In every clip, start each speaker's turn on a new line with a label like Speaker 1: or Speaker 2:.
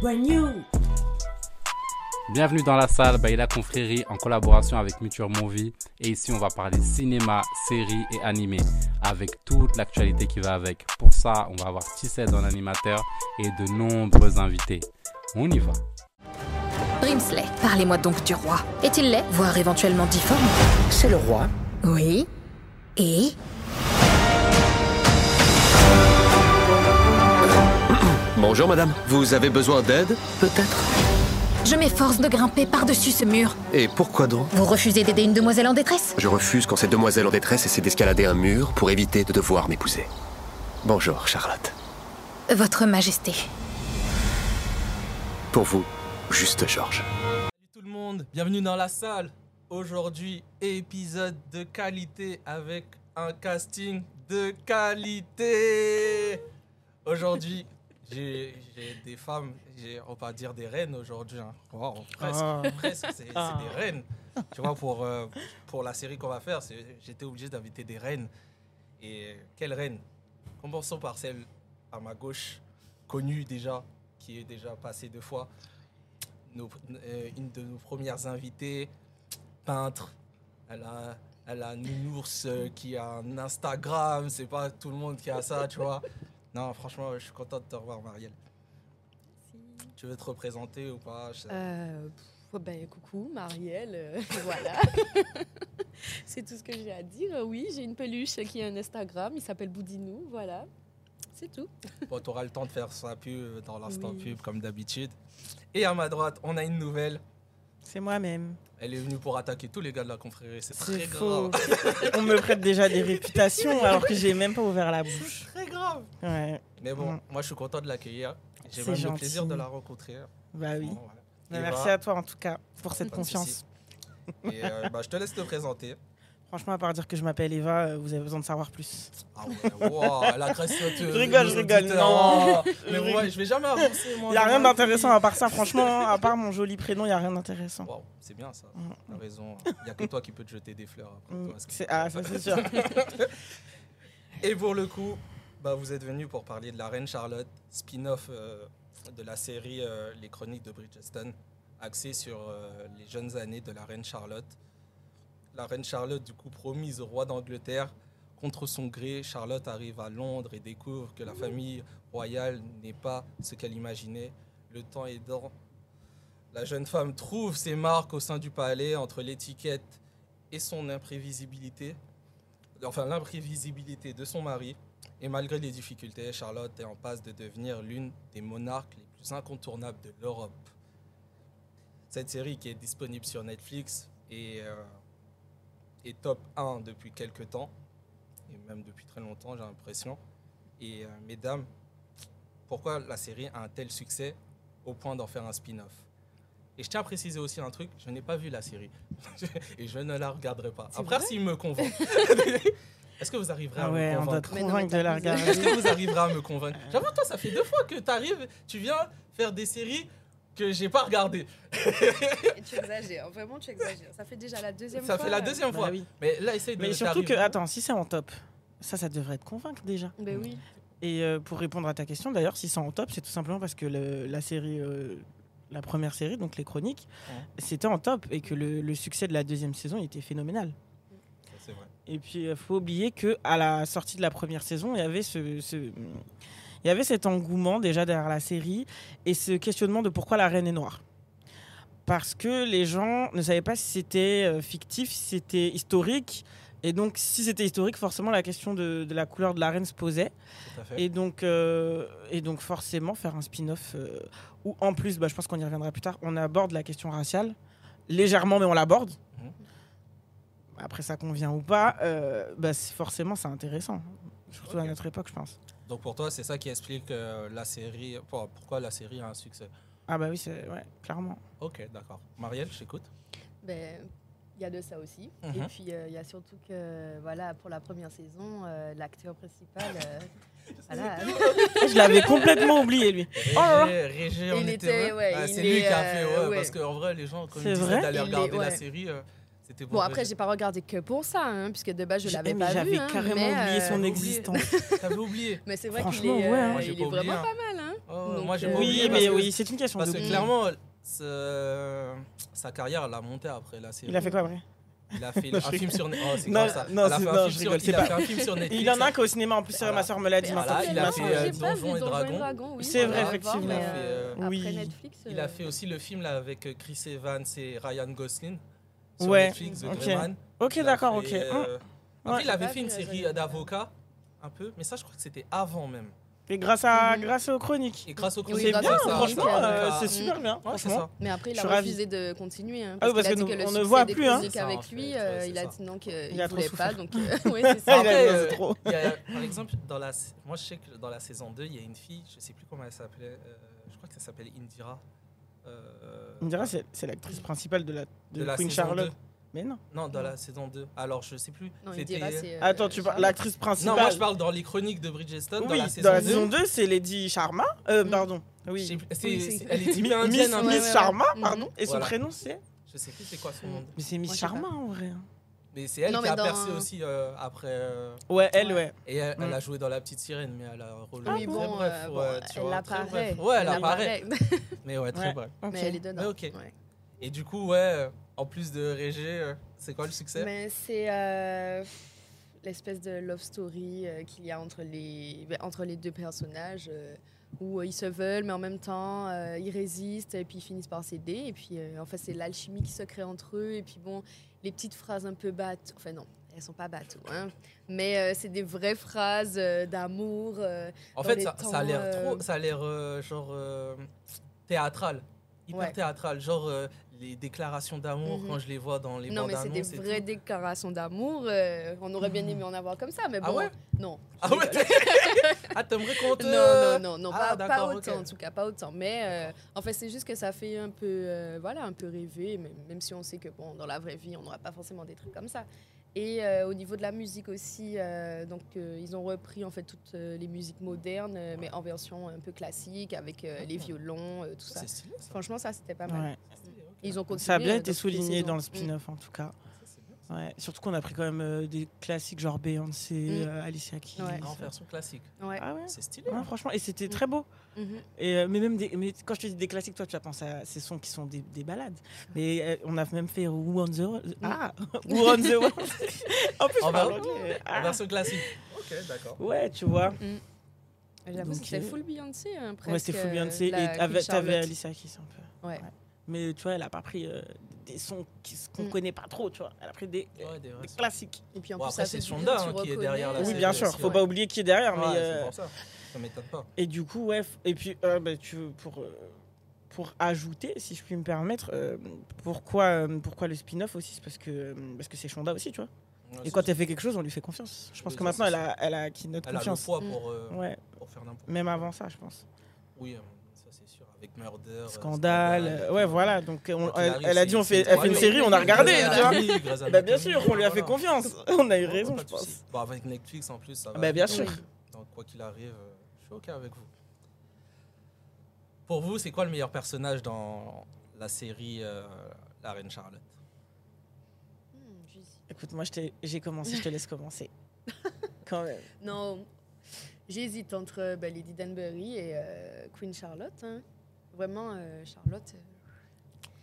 Speaker 1: brand new.
Speaker 2: Bienvenue dans la salle Baila Confrérie en collaboration avec Muture Movie. Et ici, on va parler cinéma, séries et animé avec toute l'actualité qui va avec. Pour ça, on va avoir Tissette en animateur et de nombreux invités. On y va.
Speaker 3: Brimsley, parlez-moi donc du roi. Est-il laid, voire éventuellement difforme
Speaker 4: C'est le roi.
Speaker 3: Oui. Et
Speaker 5: Bonjour madame, vous avez besoin d'aide Peut-être.
Speaker 3: Je m'efforce de grimper par-dessus ce mur.
Speaker 5: Et pourquoi donc
Speaker 3: Vous refusez d'aider une demoiselle en détresse
Speaker 5: Je refuse quand cette demoiselle en détresse essaie d'escalader un mur pour éviter de devoir m'épouser. Bonjour Charlotte.
Speaker 3: Votre Majesté.
Speaker 5: Pour vous, juste Georges.
Speaker 6: Salut tout le monde, bienvenue dans la salle. Aujourd'hui, épisode de qualité avec un casting de qualité. Aujourd'hui, j'ai j'ai des femmes, j'ai- on va dire des reines aujourd'hui. hein. Wow, presque, presque, c'est c'est des reines. Tu vois, pour, euh, pour la série qu'on va faire, c'est- j'étais obligé d'inviter des reines. Et euh, quelle reine Commençons par celle à ma gauche, connue déjà, qui est déjà passée deux fois. Nos- euh, une de nos premières invitées, peintre. Elle a, elle a un nounours euh, qui a un Instagram. C'est pas tout le monde qui a ça, tu vois. Non, franchement, je suis content de te revoir, Marielle. Tu veux te représenter ou pas Je sais-
Speaker 7: Euh, pff, ben, coucou, Marielle. euh, voilà. c'est tout ce que j'ai à dire. Oui, j'ai une peluche qui a un Instagram. Il s'appelle Boudinou. Voilà. C'est tout.
Speaker 8: Euh.
Speaker 6: Bon, tu auras le temps de faire sa pub dans l'instant
Speaker 7: Oui.
Speaker 6: pub, comme d'habitude. Et à ma droite, on a une nouvelle.
Speaker 8: C'est moi-même.
Speaker 6: Elle est venue pour attaquer tous les gars de la confrérie. C'est
Speaker 8: C'est
Speaker 6: très
Speaker 8: faux.
Speaker 6: grave.
Speaker 8: On me prête déjà des réputations alors que j'ai même pas ouvert la bouche.
Speaker 6: Très grave.
Speaker 8: Ouais.
Speaker 6: Mais bon,
Speaker 8: Mm.
Speaker 6: moi, je suis content de l'accueillir. J'ai
Speaker 8: C'est
Speaker 6: même le
Speaker 8: gentil.
Speaker 6: plaisir de la rencontrer.
Speaker 8: Bah oui.
Speaker 6: Bon, voilà.
Speaker 8: Mais
Speaker 6: Et
Speaker 8: merci
Speaker 6: bah,
Speaker 8: à toi en tout cas pour cette
Speaker 6: Pas de
Speaker 8: confiance.
Speaker 6: souci. Et euh, bah, je te laisse te présenter.
Speaker 8: Franchement, à part dire que je m'appelle Eva, euh, vous avez besoin de savoir plus.
Speaker 6: Ah ouais, wow, elle agresse notre-
Speaker 8: Je rigole,
Speaker 6: nos
Speaker 8: je rigole,
Speaker 6: auditeurs.
Speaker 8: non.
Speaker 6: Oh, mais
Speaker 8: Je
Speaker 6: moi, je vais jamais avancer.
Speaker 8: Il y a rien d'intéressant à part ça, franchement, hein, à part mon joli prénom, il y a rien d'intéressant.
Speaker 6: Wow, c'est bien ça.
Speaker 8: Mm.
Speaker 6: T'as raison. Il y a que toi qui peux te jeter des fleurs. après
Speaker 8: Mm,
Speaker 6: toi, parce que-
Speaker 8: c'est- Ah, ça c'est sûr.
Speaker 6: Et pour le coup, bah, vous êtes venu pour parler de la Reine Charlotte, spin-off euh, de la série euh, Les Chroniques de Bridgestone, axée sur euh, les jeunes années de la Reine Charlotte. La Reine Charlotte, du coup, promise au roi d'Angleterre. Contre son gré, Charlotte arrive à Londres et découvre que la famille royale n'est pas ce qu'elle imaginait. Le temps aidant, la jeune femme trouve ses marques au sein du palais entre l'étiquette et son imprévisibilité enfin l'imprévisibilité de son mari. Et malgré les difficultés, Charlotte est en passe de devenir l'une des monarques les plus incontournables de l'Europe. Cette série qui est disponible sur Netflix est, euh, est top 1 depuis quelques temps, et même depuis très longtemps j'ai l'impression. Et euh, mesdames, pourquoi la série a un tel succès au point d'en faire un spin-off Et je tiens à préciser aussi un truc, je n'ai pas vu la série, et je ne la regarderai pas.
Speaker 7: C'est
Speaker 6: Après
Speaker 7: vrai
Speaker 6: s'il me convainc. Est-ce que vous arriverez à
Speaker 8: Ah ouais,
Speaker 6: me
Speaker 8: on doit
Speaker 6: convaincre
Speaker 8: te
Speaker 7: Mais non,
Speaker 8: convaincre
Speaker 7: mais
Speaker 8: de la
Speaker 7: t'as
Speaker 8: regarder.
Speaker 6: Est-ce que vous arriverez à me convaincre J'avoue, toi, ça fait deux fois que tu arrives, tu viens faire des séries que j'ai pas regardées.
Speaker 7: tu exagères. Vraiment, tu exagères. Ça fait déjà la deuxième
Speaker 6: Ça
Speaker 7: fois. euh.
Speaker 6: fait la deuxième
Speaker 8: Bah
Speaker 6: fois.
Speaker 8: oui.
Speaker 6: Mais là, essaye de
Speaker 8: Mais surtout
Speaker 6: t'arrives-
Speaker 8: que, attends, si c'est en top, ça, ça devrait te convaincre déjà.
Speaker 7: Ben oui.
Speaker 8: Et euh, pour répondre à ta question, d'ailleurs, si c'est en top, c'est tout simplement parce que le- la série, euh, la première série, donc les chroniques,
Speaker 6: Ouais.
Speaker 8: c'était en top et que le, le succès de la deuxième saison il était phénoménal.
Speaker 6: C'est vrai.
Speaker 8: Et puis, il faut oublier que à la sortie de la première saison, il y avait ce, ce- il y avait cet engouement déjà derrière la série et ce questionnement de pourquoi la reine est noire. Parce que les gens ne savaient pas si c'était euh, fictif, si c'était historique. Et donc, si c'était historique, forcément, la question de- de la couleur de la reine se posait.
Speaker 6: Tout à fait.
Speaker 8: Et donc, euh, et donc forcément, faire un spin-off euh, où, en plus, bah, je pense qu'on y reviendra plus tard, on aborde la question raciale, légèrement, mais on l'aborde.
Speaker 6: Mhm.
Speaker 8: Après, ça convient ou pas, euh, bah, c'est- forcément, c'est intéressant. Surtout à
Speaker 6: Ok.
Speaker 8: notre époque, je pense.
Speaker 6: Donc pour toi, c'est ça qui explique euh, la série, pour- pourquoi la série a un succès.
Speaker 8: Ah, bah oui, c'est ouais, clairement.
Speaker 6: Ok, d'accord. Marielle, je t'écoute.
Speaker 7: Ben, il y a de ça aussi.
Speaker 6: Mhm.
Speaker 7: Et puis, euh, il y a surtout que, voilà, pour la première saison, euh, l'acteur principal, euh, voilà,
Speaker 8: je l'avais complètement oublié, lui.
Speaker 6: Régé,
Speaker 8: Oh là là.
Speaker 6: Régé, on
Speaker 7: Il
Speaker 6: était.
Speaker 7: était, ouais,
Speaker 6: Ah,
Speaker 7: il
Speaker 6: c'est lui
Speaker 7: est,
Speaker 6: qui a fait, ouais,
Speaker 7: euh, ouais.
Speaker 6: parce qu'en vrai, les gens, quand
Speaker 8: C'est
Speaker 6: ils disaient
Speaker 8: vrai
Speaker 6: d'aller
Speaker 7: Il est-
Speaker 6: regarder la
Speaker 7: ouais.
Speaker 6: série, euh, c'était pour
Speaker 7: Bon, après,
Speaker 6: Régé.
Speaker 7: j'ai pas regardé que pour ça, hein, puisque de base, je
Speaker 8: J'ai-
Speaker 7: l'avais
Speaker 8: Eh, mais
Speaker 7: pas vu.
Speaker 8: J'avais
Speaker 7: hein,
Speaker 8: carrément
Speaker 7: mais,
Speaker 8: oublié
Speaker 7: euh,
Speaker 8: son
Speaker 6: oublié.
Speaker 8: existence.
Speaker 6: T'avais oublié.
Speaker 7: Mais c'est vrai qu'il
Speaker 8: Franchement,
Speaker 7: est,
Speaker 8: ouais,
Speaker 7: euh,
Speaker 8: hein.
Speaker 6: Moi, j'ai
Speaker 7: il
Speaker 6: pas
Speaker 7: est
Speaker 6: oublié,
Speaker 7: vraiment
Speaker 6: hein.
Speaker 7: pas mal. Hein.
Speaker 6: Oh,
Speaker 7: donc,
Speaker 6: moi, j'ai
Speaker 7: euh,
Speaker 6: pas
Speaker 8: Oui,
Speaker 6: oublié parce
Speaker 8: mais
Speaker 6: que-
Speaker 8: oui, c'est une question
Speaker 6: Parce
Speaker 8: de
Speaker 6: que
Speaker 8: goût.
Speaker 6: clairement, ce- sa carrière, elle a monté après la série.
Speaker 8: Il a fait quoi après
Speaker 6: Il a fait un film sur Netflix. Oh, c'est
Speaker 8: Non,
Speaker 6: grave, ça.
Speaker 8: non,
Speaker 6: Elle a
Speaker 8: c'est-
Speaker 6: fait un
Speaker 8: non,
Speaker 6: film
Speaker 8: je
Speaker 6: sur-
Speaker 8: rigole, c'est
Speaker 6: il
Speaker 8: pas-
Speaker 6: a fait un film sur Netflix.
Speaker 8: Il en a un qu'au cinéma en plus,
Speaker 6: Voilà.
Speaker 8: ma soeur me l'a dit.
Speaker 6: Voilà,
Speaker 8: maintenant.
Speaker 6: il a
Speaker 8: Ma
Speaker 6: fait,
Speaker 8: sœur-
Speaker 6: euh,
Speaker 7: J'ai
Speaker 6: Donjons
Speaker 7: pas vu
Speaker 6: et
Speaker 7: Donjons
Speaker 6: Dragons.
Speaker 7: Dragons, oui,
Speaker 8: C'est
Speaker 7: faudra
Speaker 8: vrai,
Speaker 7: voir,
Speaker 8: effectivement.
Speaker 7: mais,
Speaker 6: Il a fait, euh,
Speaker 7: après
Speaker 8: Oui.
Speaker 7: Netflix,
Speaker 6: Il
Speaker 7: euh,
Speaker 6: a fait aussi le film là, avec euh, Chris Evans et Ryan Gosling. Sur
Speaker 8: Ouais,
Speaker 6: Netflix, The
Speaker 8: ok.
Speaker 6: Grey Man.
Speaker 8: Ok,
Speaker 6: Il a
Speaker 8: d'accord, ok.
Speaker 6: fait,
Speaker 8: Hum,
Speaker 6: euh, Après,
Speaker 8: Ouais.
Speaker 6: il avait
Speaker 7: J'ai
Speaker 6: fait
Speaker 7: pas
Speaker 6: une
Speaker 7: vu la
Speaker 6: série euh,
Speaker 7: Jeune
Speaker 6: d'avocats, un peu, mais ça, je crois que c'était avant même.
Speaker 8: Et grâce, à,
Speaker 7: Mhm.
Speaker 8: grâce aux chroniques.
Speaker 6: Et grâce au
Speaker 7: Oui,
Speaker 8: c'est
Speaker 7: grâce
Speaker 8: bien,
Speaker 7: à ça, hein.
Speaker 8: franchement,
Speaker 7: ça,
Speaker 8: euh,
Speaker 7: ça.
Speaker 8: c'est super bien.
Speaker 6: Ouais, c'est
Speaker 8: franchement.
Speaker 6: ça.
Speaker 7: Mais après, il
Speaker 8: Je
Speaker 7: a
Speaker 8: suis ravi.
Speaker 7: refusé de continuer. hein,
Speaker 8: Ah oui,
Speaker 7: parce
Speaker 8: parce
Speaker 7: qu'il a
Speaker 8: que
Speaker 7: dit
Speaker 8: nous-
Speaker 7: que
Speaker 8: on
Speaker 7: le
Speaker 8: ne
Speaker 7: succès
Speaker 8: voit
Speaker 7: des
Speaker 8: plus, hein.
Speaker 7: chroniques
Speaker 6: C'est ça, en
Speaker 7: avec
Speaker 6: fait,
Speaker 7: lui,
Speaker 6: ouais,
Speaker 7: euh,
Speaker 6: c'est
Speaker 7: il a
Speaker 6: ça.
Speaker 7: dit non qu'il
Speaker 8: Il a
Speaker 7: ne
Speaker 8: trop
Speaker 7: voulait pas.
Speaker 8: souffert.
Speaker 7: Donc, euh, ouais, c'est ça.
Speaker 8: Il a
Speaker 6: Après,
Speaker 8: eu
Speaker 6: euh,
Speaker 8: trop.
Speaker 6: Il y a- par exemple, dans la, moi je sais que dans la saison 2, il y a une fille, je sais plus comment elle s'appelait, euh, je crois que ça s'appelle Indira. euh,
Speaker 8: On dirait c'est c'est l'actrice principale de la, de Queen
Speaker 6: saison
Speaker 8: Charlotte. Mais non.
Speaker 6: 2. Non, dans la saison 2. Alors je sais plus.
Speaker 7: Non, il
Speaker 6: c'était-
Speaker 7: dira, c'est. euh,
Speaker 8: Attends, tu parles
Speaker 7: Charlotte.
Speaker 8: l'actrice principale.
Speaker 6: Non, moi je parle dans les chroniques de Bridgestone,
Speaker 8: Oui,
Speaker 6: dans la
Speaker 8: dans
Speaker 6: saison
Speaker 8: la
Speaker 6: 2.
Speaker 8: saison 2, c'est Lady Sharma. Euh,
Speaker 7: Mm.
Speaker 8: pardon.
Speaker 6: je sais
Speaker 8: Oui.
Speaker 6: plus- c'est-
Speaker 7: Oui, c'est-
Speaker 6: c'est- elle est
Speaker 8: Miss,
Speaker 6: type indienne, un peu.
Speaker 8: Miss
Speaker 7: ouais, ouais.
Speaker 8: Sharma,
Speaker 7: Mhm.
Speaker 8: pardon. Et son
Speaker 6: Voilà.
Speaker 8: prénom, c'est
Speaker 6: Je sais plus c'est quoi son
Speaker 7: Mm.
Speaker 6: nom.
Speaker 8: Mais c'est
Speaker 7: Moi,
Speaker 8: Miss
Speaker 7: je sais
Speaker 8: Sharma en vrai. hein.
Speaker 6: Mais c'est elle
Speaker 7: Non,
Speaker 6: qui
Speaker 7: mais
Speaker 6: a
Speaker 7: dans-
Speaker 6: percé aussi euh, après. euh,
Speaker 8: Ouais, elle, ouais.
Speaker 6: et elle, elle
Speaker 8: Mm.
Speaker 6: a joué dans La Petite Sirène, mais elle a un rôle
Speaker 7: Oui,
Speaker 6: très
Speaker 7: bon,
Speaker 6: bref,
Speaker 7: euh,
Speaker 6: ouais,
Speaker 7: bon,
Speaker 6: tu
Speaker 7: elle
Speaker 6: vois, très
Speaker 7: apparaît.
Speaker 6: bref. Ouais, elle apparaît. Mais ouais, très
Speaker 8: Ouais.
Speaker 6: bref.
Speaker 8: Ok.
Speaker 7: Mais elle est dedans.
Speaker 6: Ouais, ok.
Speaker 7: ouais.
Speaker 6: Et du coup, ouais, euh, en plus de Régé, euh, c'est quoi le succès
Speaker 7: Mais c'est euh, l'espèce de love story euh, qu'il y a entre les, ben, entre les deux personnages euh, où euh, ils se veulent, mais en même temps euh, ils résistent et puis ils finissent par s'aider. Et puis euh, en fait, c'est l'alchimie qui se crée entre eux. Et puis bon, les petites phrases un peu bateaux. Enfin, non, elles sont pas bateaux, hein. mais euh, c'est des vraies phrases euh, d'amour. euh,
Speaker 6: En
Speaker 7: Dans
Speaker 6: fait,
Speaker 7: les
Speaker 6: ça, ça a
Speaker 7: temps,
Speaker 6: l'air
Speaker 7: euh,
Speaker 6: trop, ça a l'air euh, genre euh, théâtral, hyper
Speaker 7: Ouais.
Speaker 6: théâtral, genre euh, les déclarations d'amour
Speaker 7: Mhm.
Speaker 6: quand je les vois dans les
Speaker 7: non,
Speaker 6: bandes
Speaker 7: mais c'est des
Speaker 6: annonces.
Speaker 7: vraies déclarations d'amour. euh, on aurait bien aimé en avoir comme ça, mais bon,
Speaker 6: Ah ouais
Speaker 7: non.
Speaker 6: Ah ouais Ah t'aimerais qu'on te
Speaker 7: Non, non, non, non,
Speaker 6: Ah,
Speaker 7: pas,
Speaker 6: d'accord,
Speaker 7: pas autant
Speaker 6: ok.
Speaker 7: en tout cas, pas autant. Mais euh, en fait, c'est juste que ça fait un peu, euh, voilà, un peu rêver, mais- même si on sait que bon, dans la vraie vie, on n'aura pas forcément des trucs comme ça. Et euh, au niveau de la musique aussi, euh, donc euh, ils ont repris en fait toutes euh, les musiques modernes, euh, mais en version un peu classique avec euh, les violons, euh, tout ça.
Speaker 6: C'est stylé. ça.
Speaker 7: Franchement, ça c'était pas mal.
Speaker 8: Ouais.
Speaker 6: C'est stylé, ok.
Speaker 7: Ils ont continué.
Speaker 8: Ça a bien
Speaker 7: euh,
Speaker 8: été
Speaker 7: dans toutes les
Speaker 8: souligné
Speaker 7: saisons.
Speaker 8: dans le
Speaker 7: Mm.
Speaker 8: spin-off, en tout cas.
Speaker 6: Ça, c'est bien.
Speaker 8: Ouais. Surtout qu'on a pris quand même euh, des classiques genre Beyoncé,
Speaker 7: Mm.
Speaker 8: euh, Alicia Keys.
Speaker 7: Ouais.
Speaker 6: Ah, En version classique.
Speaker 7: Ouais.
Speaker 8: Ah ouais.
Speaker 6: C'est stylé.
Speaker 8: Ouais,
Speaker 6: hein.
Speaker 8: franchement, et c'était
Speaker 7: Mm.
Speaker 8: très beau.
Speaker 7: Mhm.
Speaker 8: Et, euh, mais même des, mais quand je te dis des classiques, toi tu as pensé à ces sons qui sont des, des balades. Mais euh, on a même fait Who on the World. Ah, Who on the World. en plus,
Speaker 6: En
Speaker 8: je parle
Speaker 6: ver-
Speaker 8: anglais.
Speaker 6: En
Speaker 8: Ah.
Speaker 6: version classique. Ok, d'accord.
Speaker 8: Ouais, tu vois.
Speaker 7: J'avoue,
Speaker 8: Donc,
Speaker 7: c'était
Speaker 8: euh,
Speaker 7: full Beyoncé, hein, presque.
Speaker 8: Ouais, c'était full
Speaker 7: euh,
Speaker 8: Beyoncé. Et
Speaker 7: la Queen
Speaker 8: t'avais
Speaker 7: Charlotte.
Speaker 8: t'avais Alicia Keys un peu.
Speaker 7: Ouais.
Speaker 8: Mais tu vois, elle a pas pris euh, des sons qui- qu'on
Speaker 7: Mm.
Speaker 8: connaît pas trop, tu vois. Elle a pris des,
Speaker 6: Ouais, des vrais-
Speaker 8: des classiques.
Speaker 7: Et puis en
Speaker 6: Bon,
Speaker 7: plus,
Speaker 6: après,
Speaker 7: ça
Speaker 6: c'est
Speaker 7: fait du
Speaker 6: Shonda,
Speaker 7: bien, tu
Speaker 6: hein, qui est
Speaker 7: reconnais,
Speaker 6: derrière la
Speaker 7: euh,
Speaker 8: Oui,
Speaker 6: série
Speaker 8: bien
Speaker 6: aussi, hein.
Speaker 8: sûr. Faut
Speaker 6: ouais.
Speaker 8: pas oublier qui est derrière.
Speaker 6: Ouais,
Speaker 8: mais,
Speaker 6: c'est
Speaker 8: euh,
Speaker 6: pour ça. Ça m'étonne pas.
Speaker 8: Et du coup, ouais. f- Et puis, euh, bah, tu, pour, euh, pour ajouter, si je puis me permettre, euh, pourquoi, euh, pourquoi le spin-off aussi C'est parce que euh, parce que c'est Shonda aussi, tu vois.
Speaker 6: Ouais,
Speaker 8: Et quand
Speaker 6: c'est-
Speaker 8: elle fait quelque chose, on lui fait confiance. Je pense
Speaker 6: Oui,
Speaker 8: que
Speaker 6: ça,
Speaker 8: maintenant,
Speaker 6: c'est
Speaker 8: elle a, elle a acquis notre
Speaker 6: elle a le
Speaker 8: confiance.
Speaker 6: poids pour, euh,
Speaker 8: Ouais,
Speaker 6: pour faire n'importe
Speaker 8: même avant ça, je pense.
Speaker 6: Oui, euh, ça c'est sûr. Avec Murder.
Speaker 8: Scandale.
Speaker 6: Scandal,
Speaker 8: euh, ouais, voilà. Donc, on-
Speaker 6: Quand il
Speaker 8: elle,
Speaker 6: arrive,
Speaker 8: elle a
Speaker 6: c'est-
Speaker 8: dit, on
Speaker 6: c'est
Speaker 8: fait,
Speaker 6: une
Speaker 8: elle fait une
Speaker 6: série.
Speaker 8: série, on a regardé,
Speaker 6: Grey's
Speaker 8: tu vois.
Speaker 6: Anatomy, Grey's
Speaker 8: Bah,
Speaker 6: Anatomy,
Speaker 8: bien sûr, on lui a fait
Speaker 6: voilà.
Speaker 8: confiance. On a eu raison,
Speaker 6: Pas
Speaker 8: je
Speaker 6: de
Speaker 8: pense.
Speaker 6: souci. Bon, avec Netflix en plus, ça va.
Speaker 8: Bah, bien
Speaker 6: vite.
Speaker 8: sûr.
Speaker 6: Donc, quoi qu'il arrive, euh, je suis OK avec vous. Pour vous, c'est quoi le meilleur personnage dans la série euh, La Reine Charlotte
Speaker 7: Hmm, j'hésite.
Speaker 8: Écoute, moi, je t'ai- j'ai commencé, je te laisse commencer. Quand même.
Speaker 7: Non, j'hésite entre euh, bah, Lady Danbury et euh, Queen Charlotte. hein. Vraiment, euh, Charlotte. euh,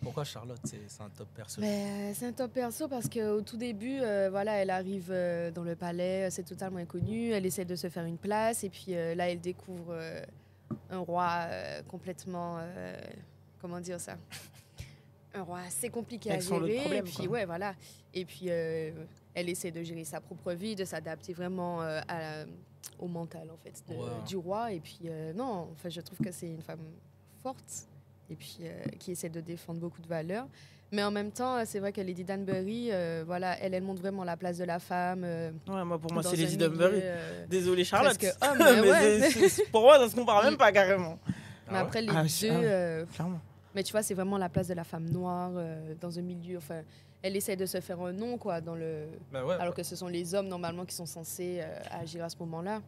Speaker 6: Pourquoi Charlotte C'est c'est un top perso.
Speaker 7: mais, euh, c'est un top perso parce qu'au tout début, euh, voilà, elle arrive euh, dans le palais, euh, c'est totalement inconnu, elle essaie de se faire une place et puis euh, là, elle découvre euh, un roi euh, complètement... euh, comment dire ça Un roi assez compliqué à
Speaker 8: Avec son lot de
Speaker 7: gérer. et
Speaker 8: problèmes,
Speaker 7: puis,
Speaker 8: quoi.
Speaker 7: ouais, voilà. Et puis, euh, elle essaie de gérer sa propre vie, de s'adapter vraiment euh, à- au mental, en fait, de-
Speaker 6: Ouais.
Speaker 7: du roi. Et puis, euh, non, enfin, je trouve que c'est une femme forte et puis euh, qui essaie de défendre beaucoup de valeurs. Mais en même temps, euh, c'est vrai que Lady Danbury, euh, voilà, elle, elle montre vraiment la place de la femme. euh,
Speaker 8: Ouais, moi, pour moi,
Speaker 7: dans
Speaker 8: c'est
Speaker 7: un
Speaker 8: Lady
Speaker 7: milieu,
Speaker 8: Dunbury.
Speaker 7: euh,
Speaker 8: Désolé, Charlotte.
Speaker 7: presque homme, mais ouais.
Speaker 8: c'est- c'est- pour moi, ça se compare même pas carrément.
Speaker 6: Ah
Speaker 7: mais
Speaker 6: ouais
Speaker 7: après, les
Speaker 8: Ah, je-
Speaker 7: deux,
Speaker 8: ah ouais.
Speaker 7: euh,
Speaker 8: Clairement.
Speaker 7: Mais tu vois, c'est vraiment la place de la femme noire euh, dans un milieu. Enfin, elle essaie de se faire un nom, quoi, dans le.
Speaker 6: Bah ouais,
Speaker 7: Alors que ce sont les hommes normalement qui sont censés euh, agir à ce moment-là.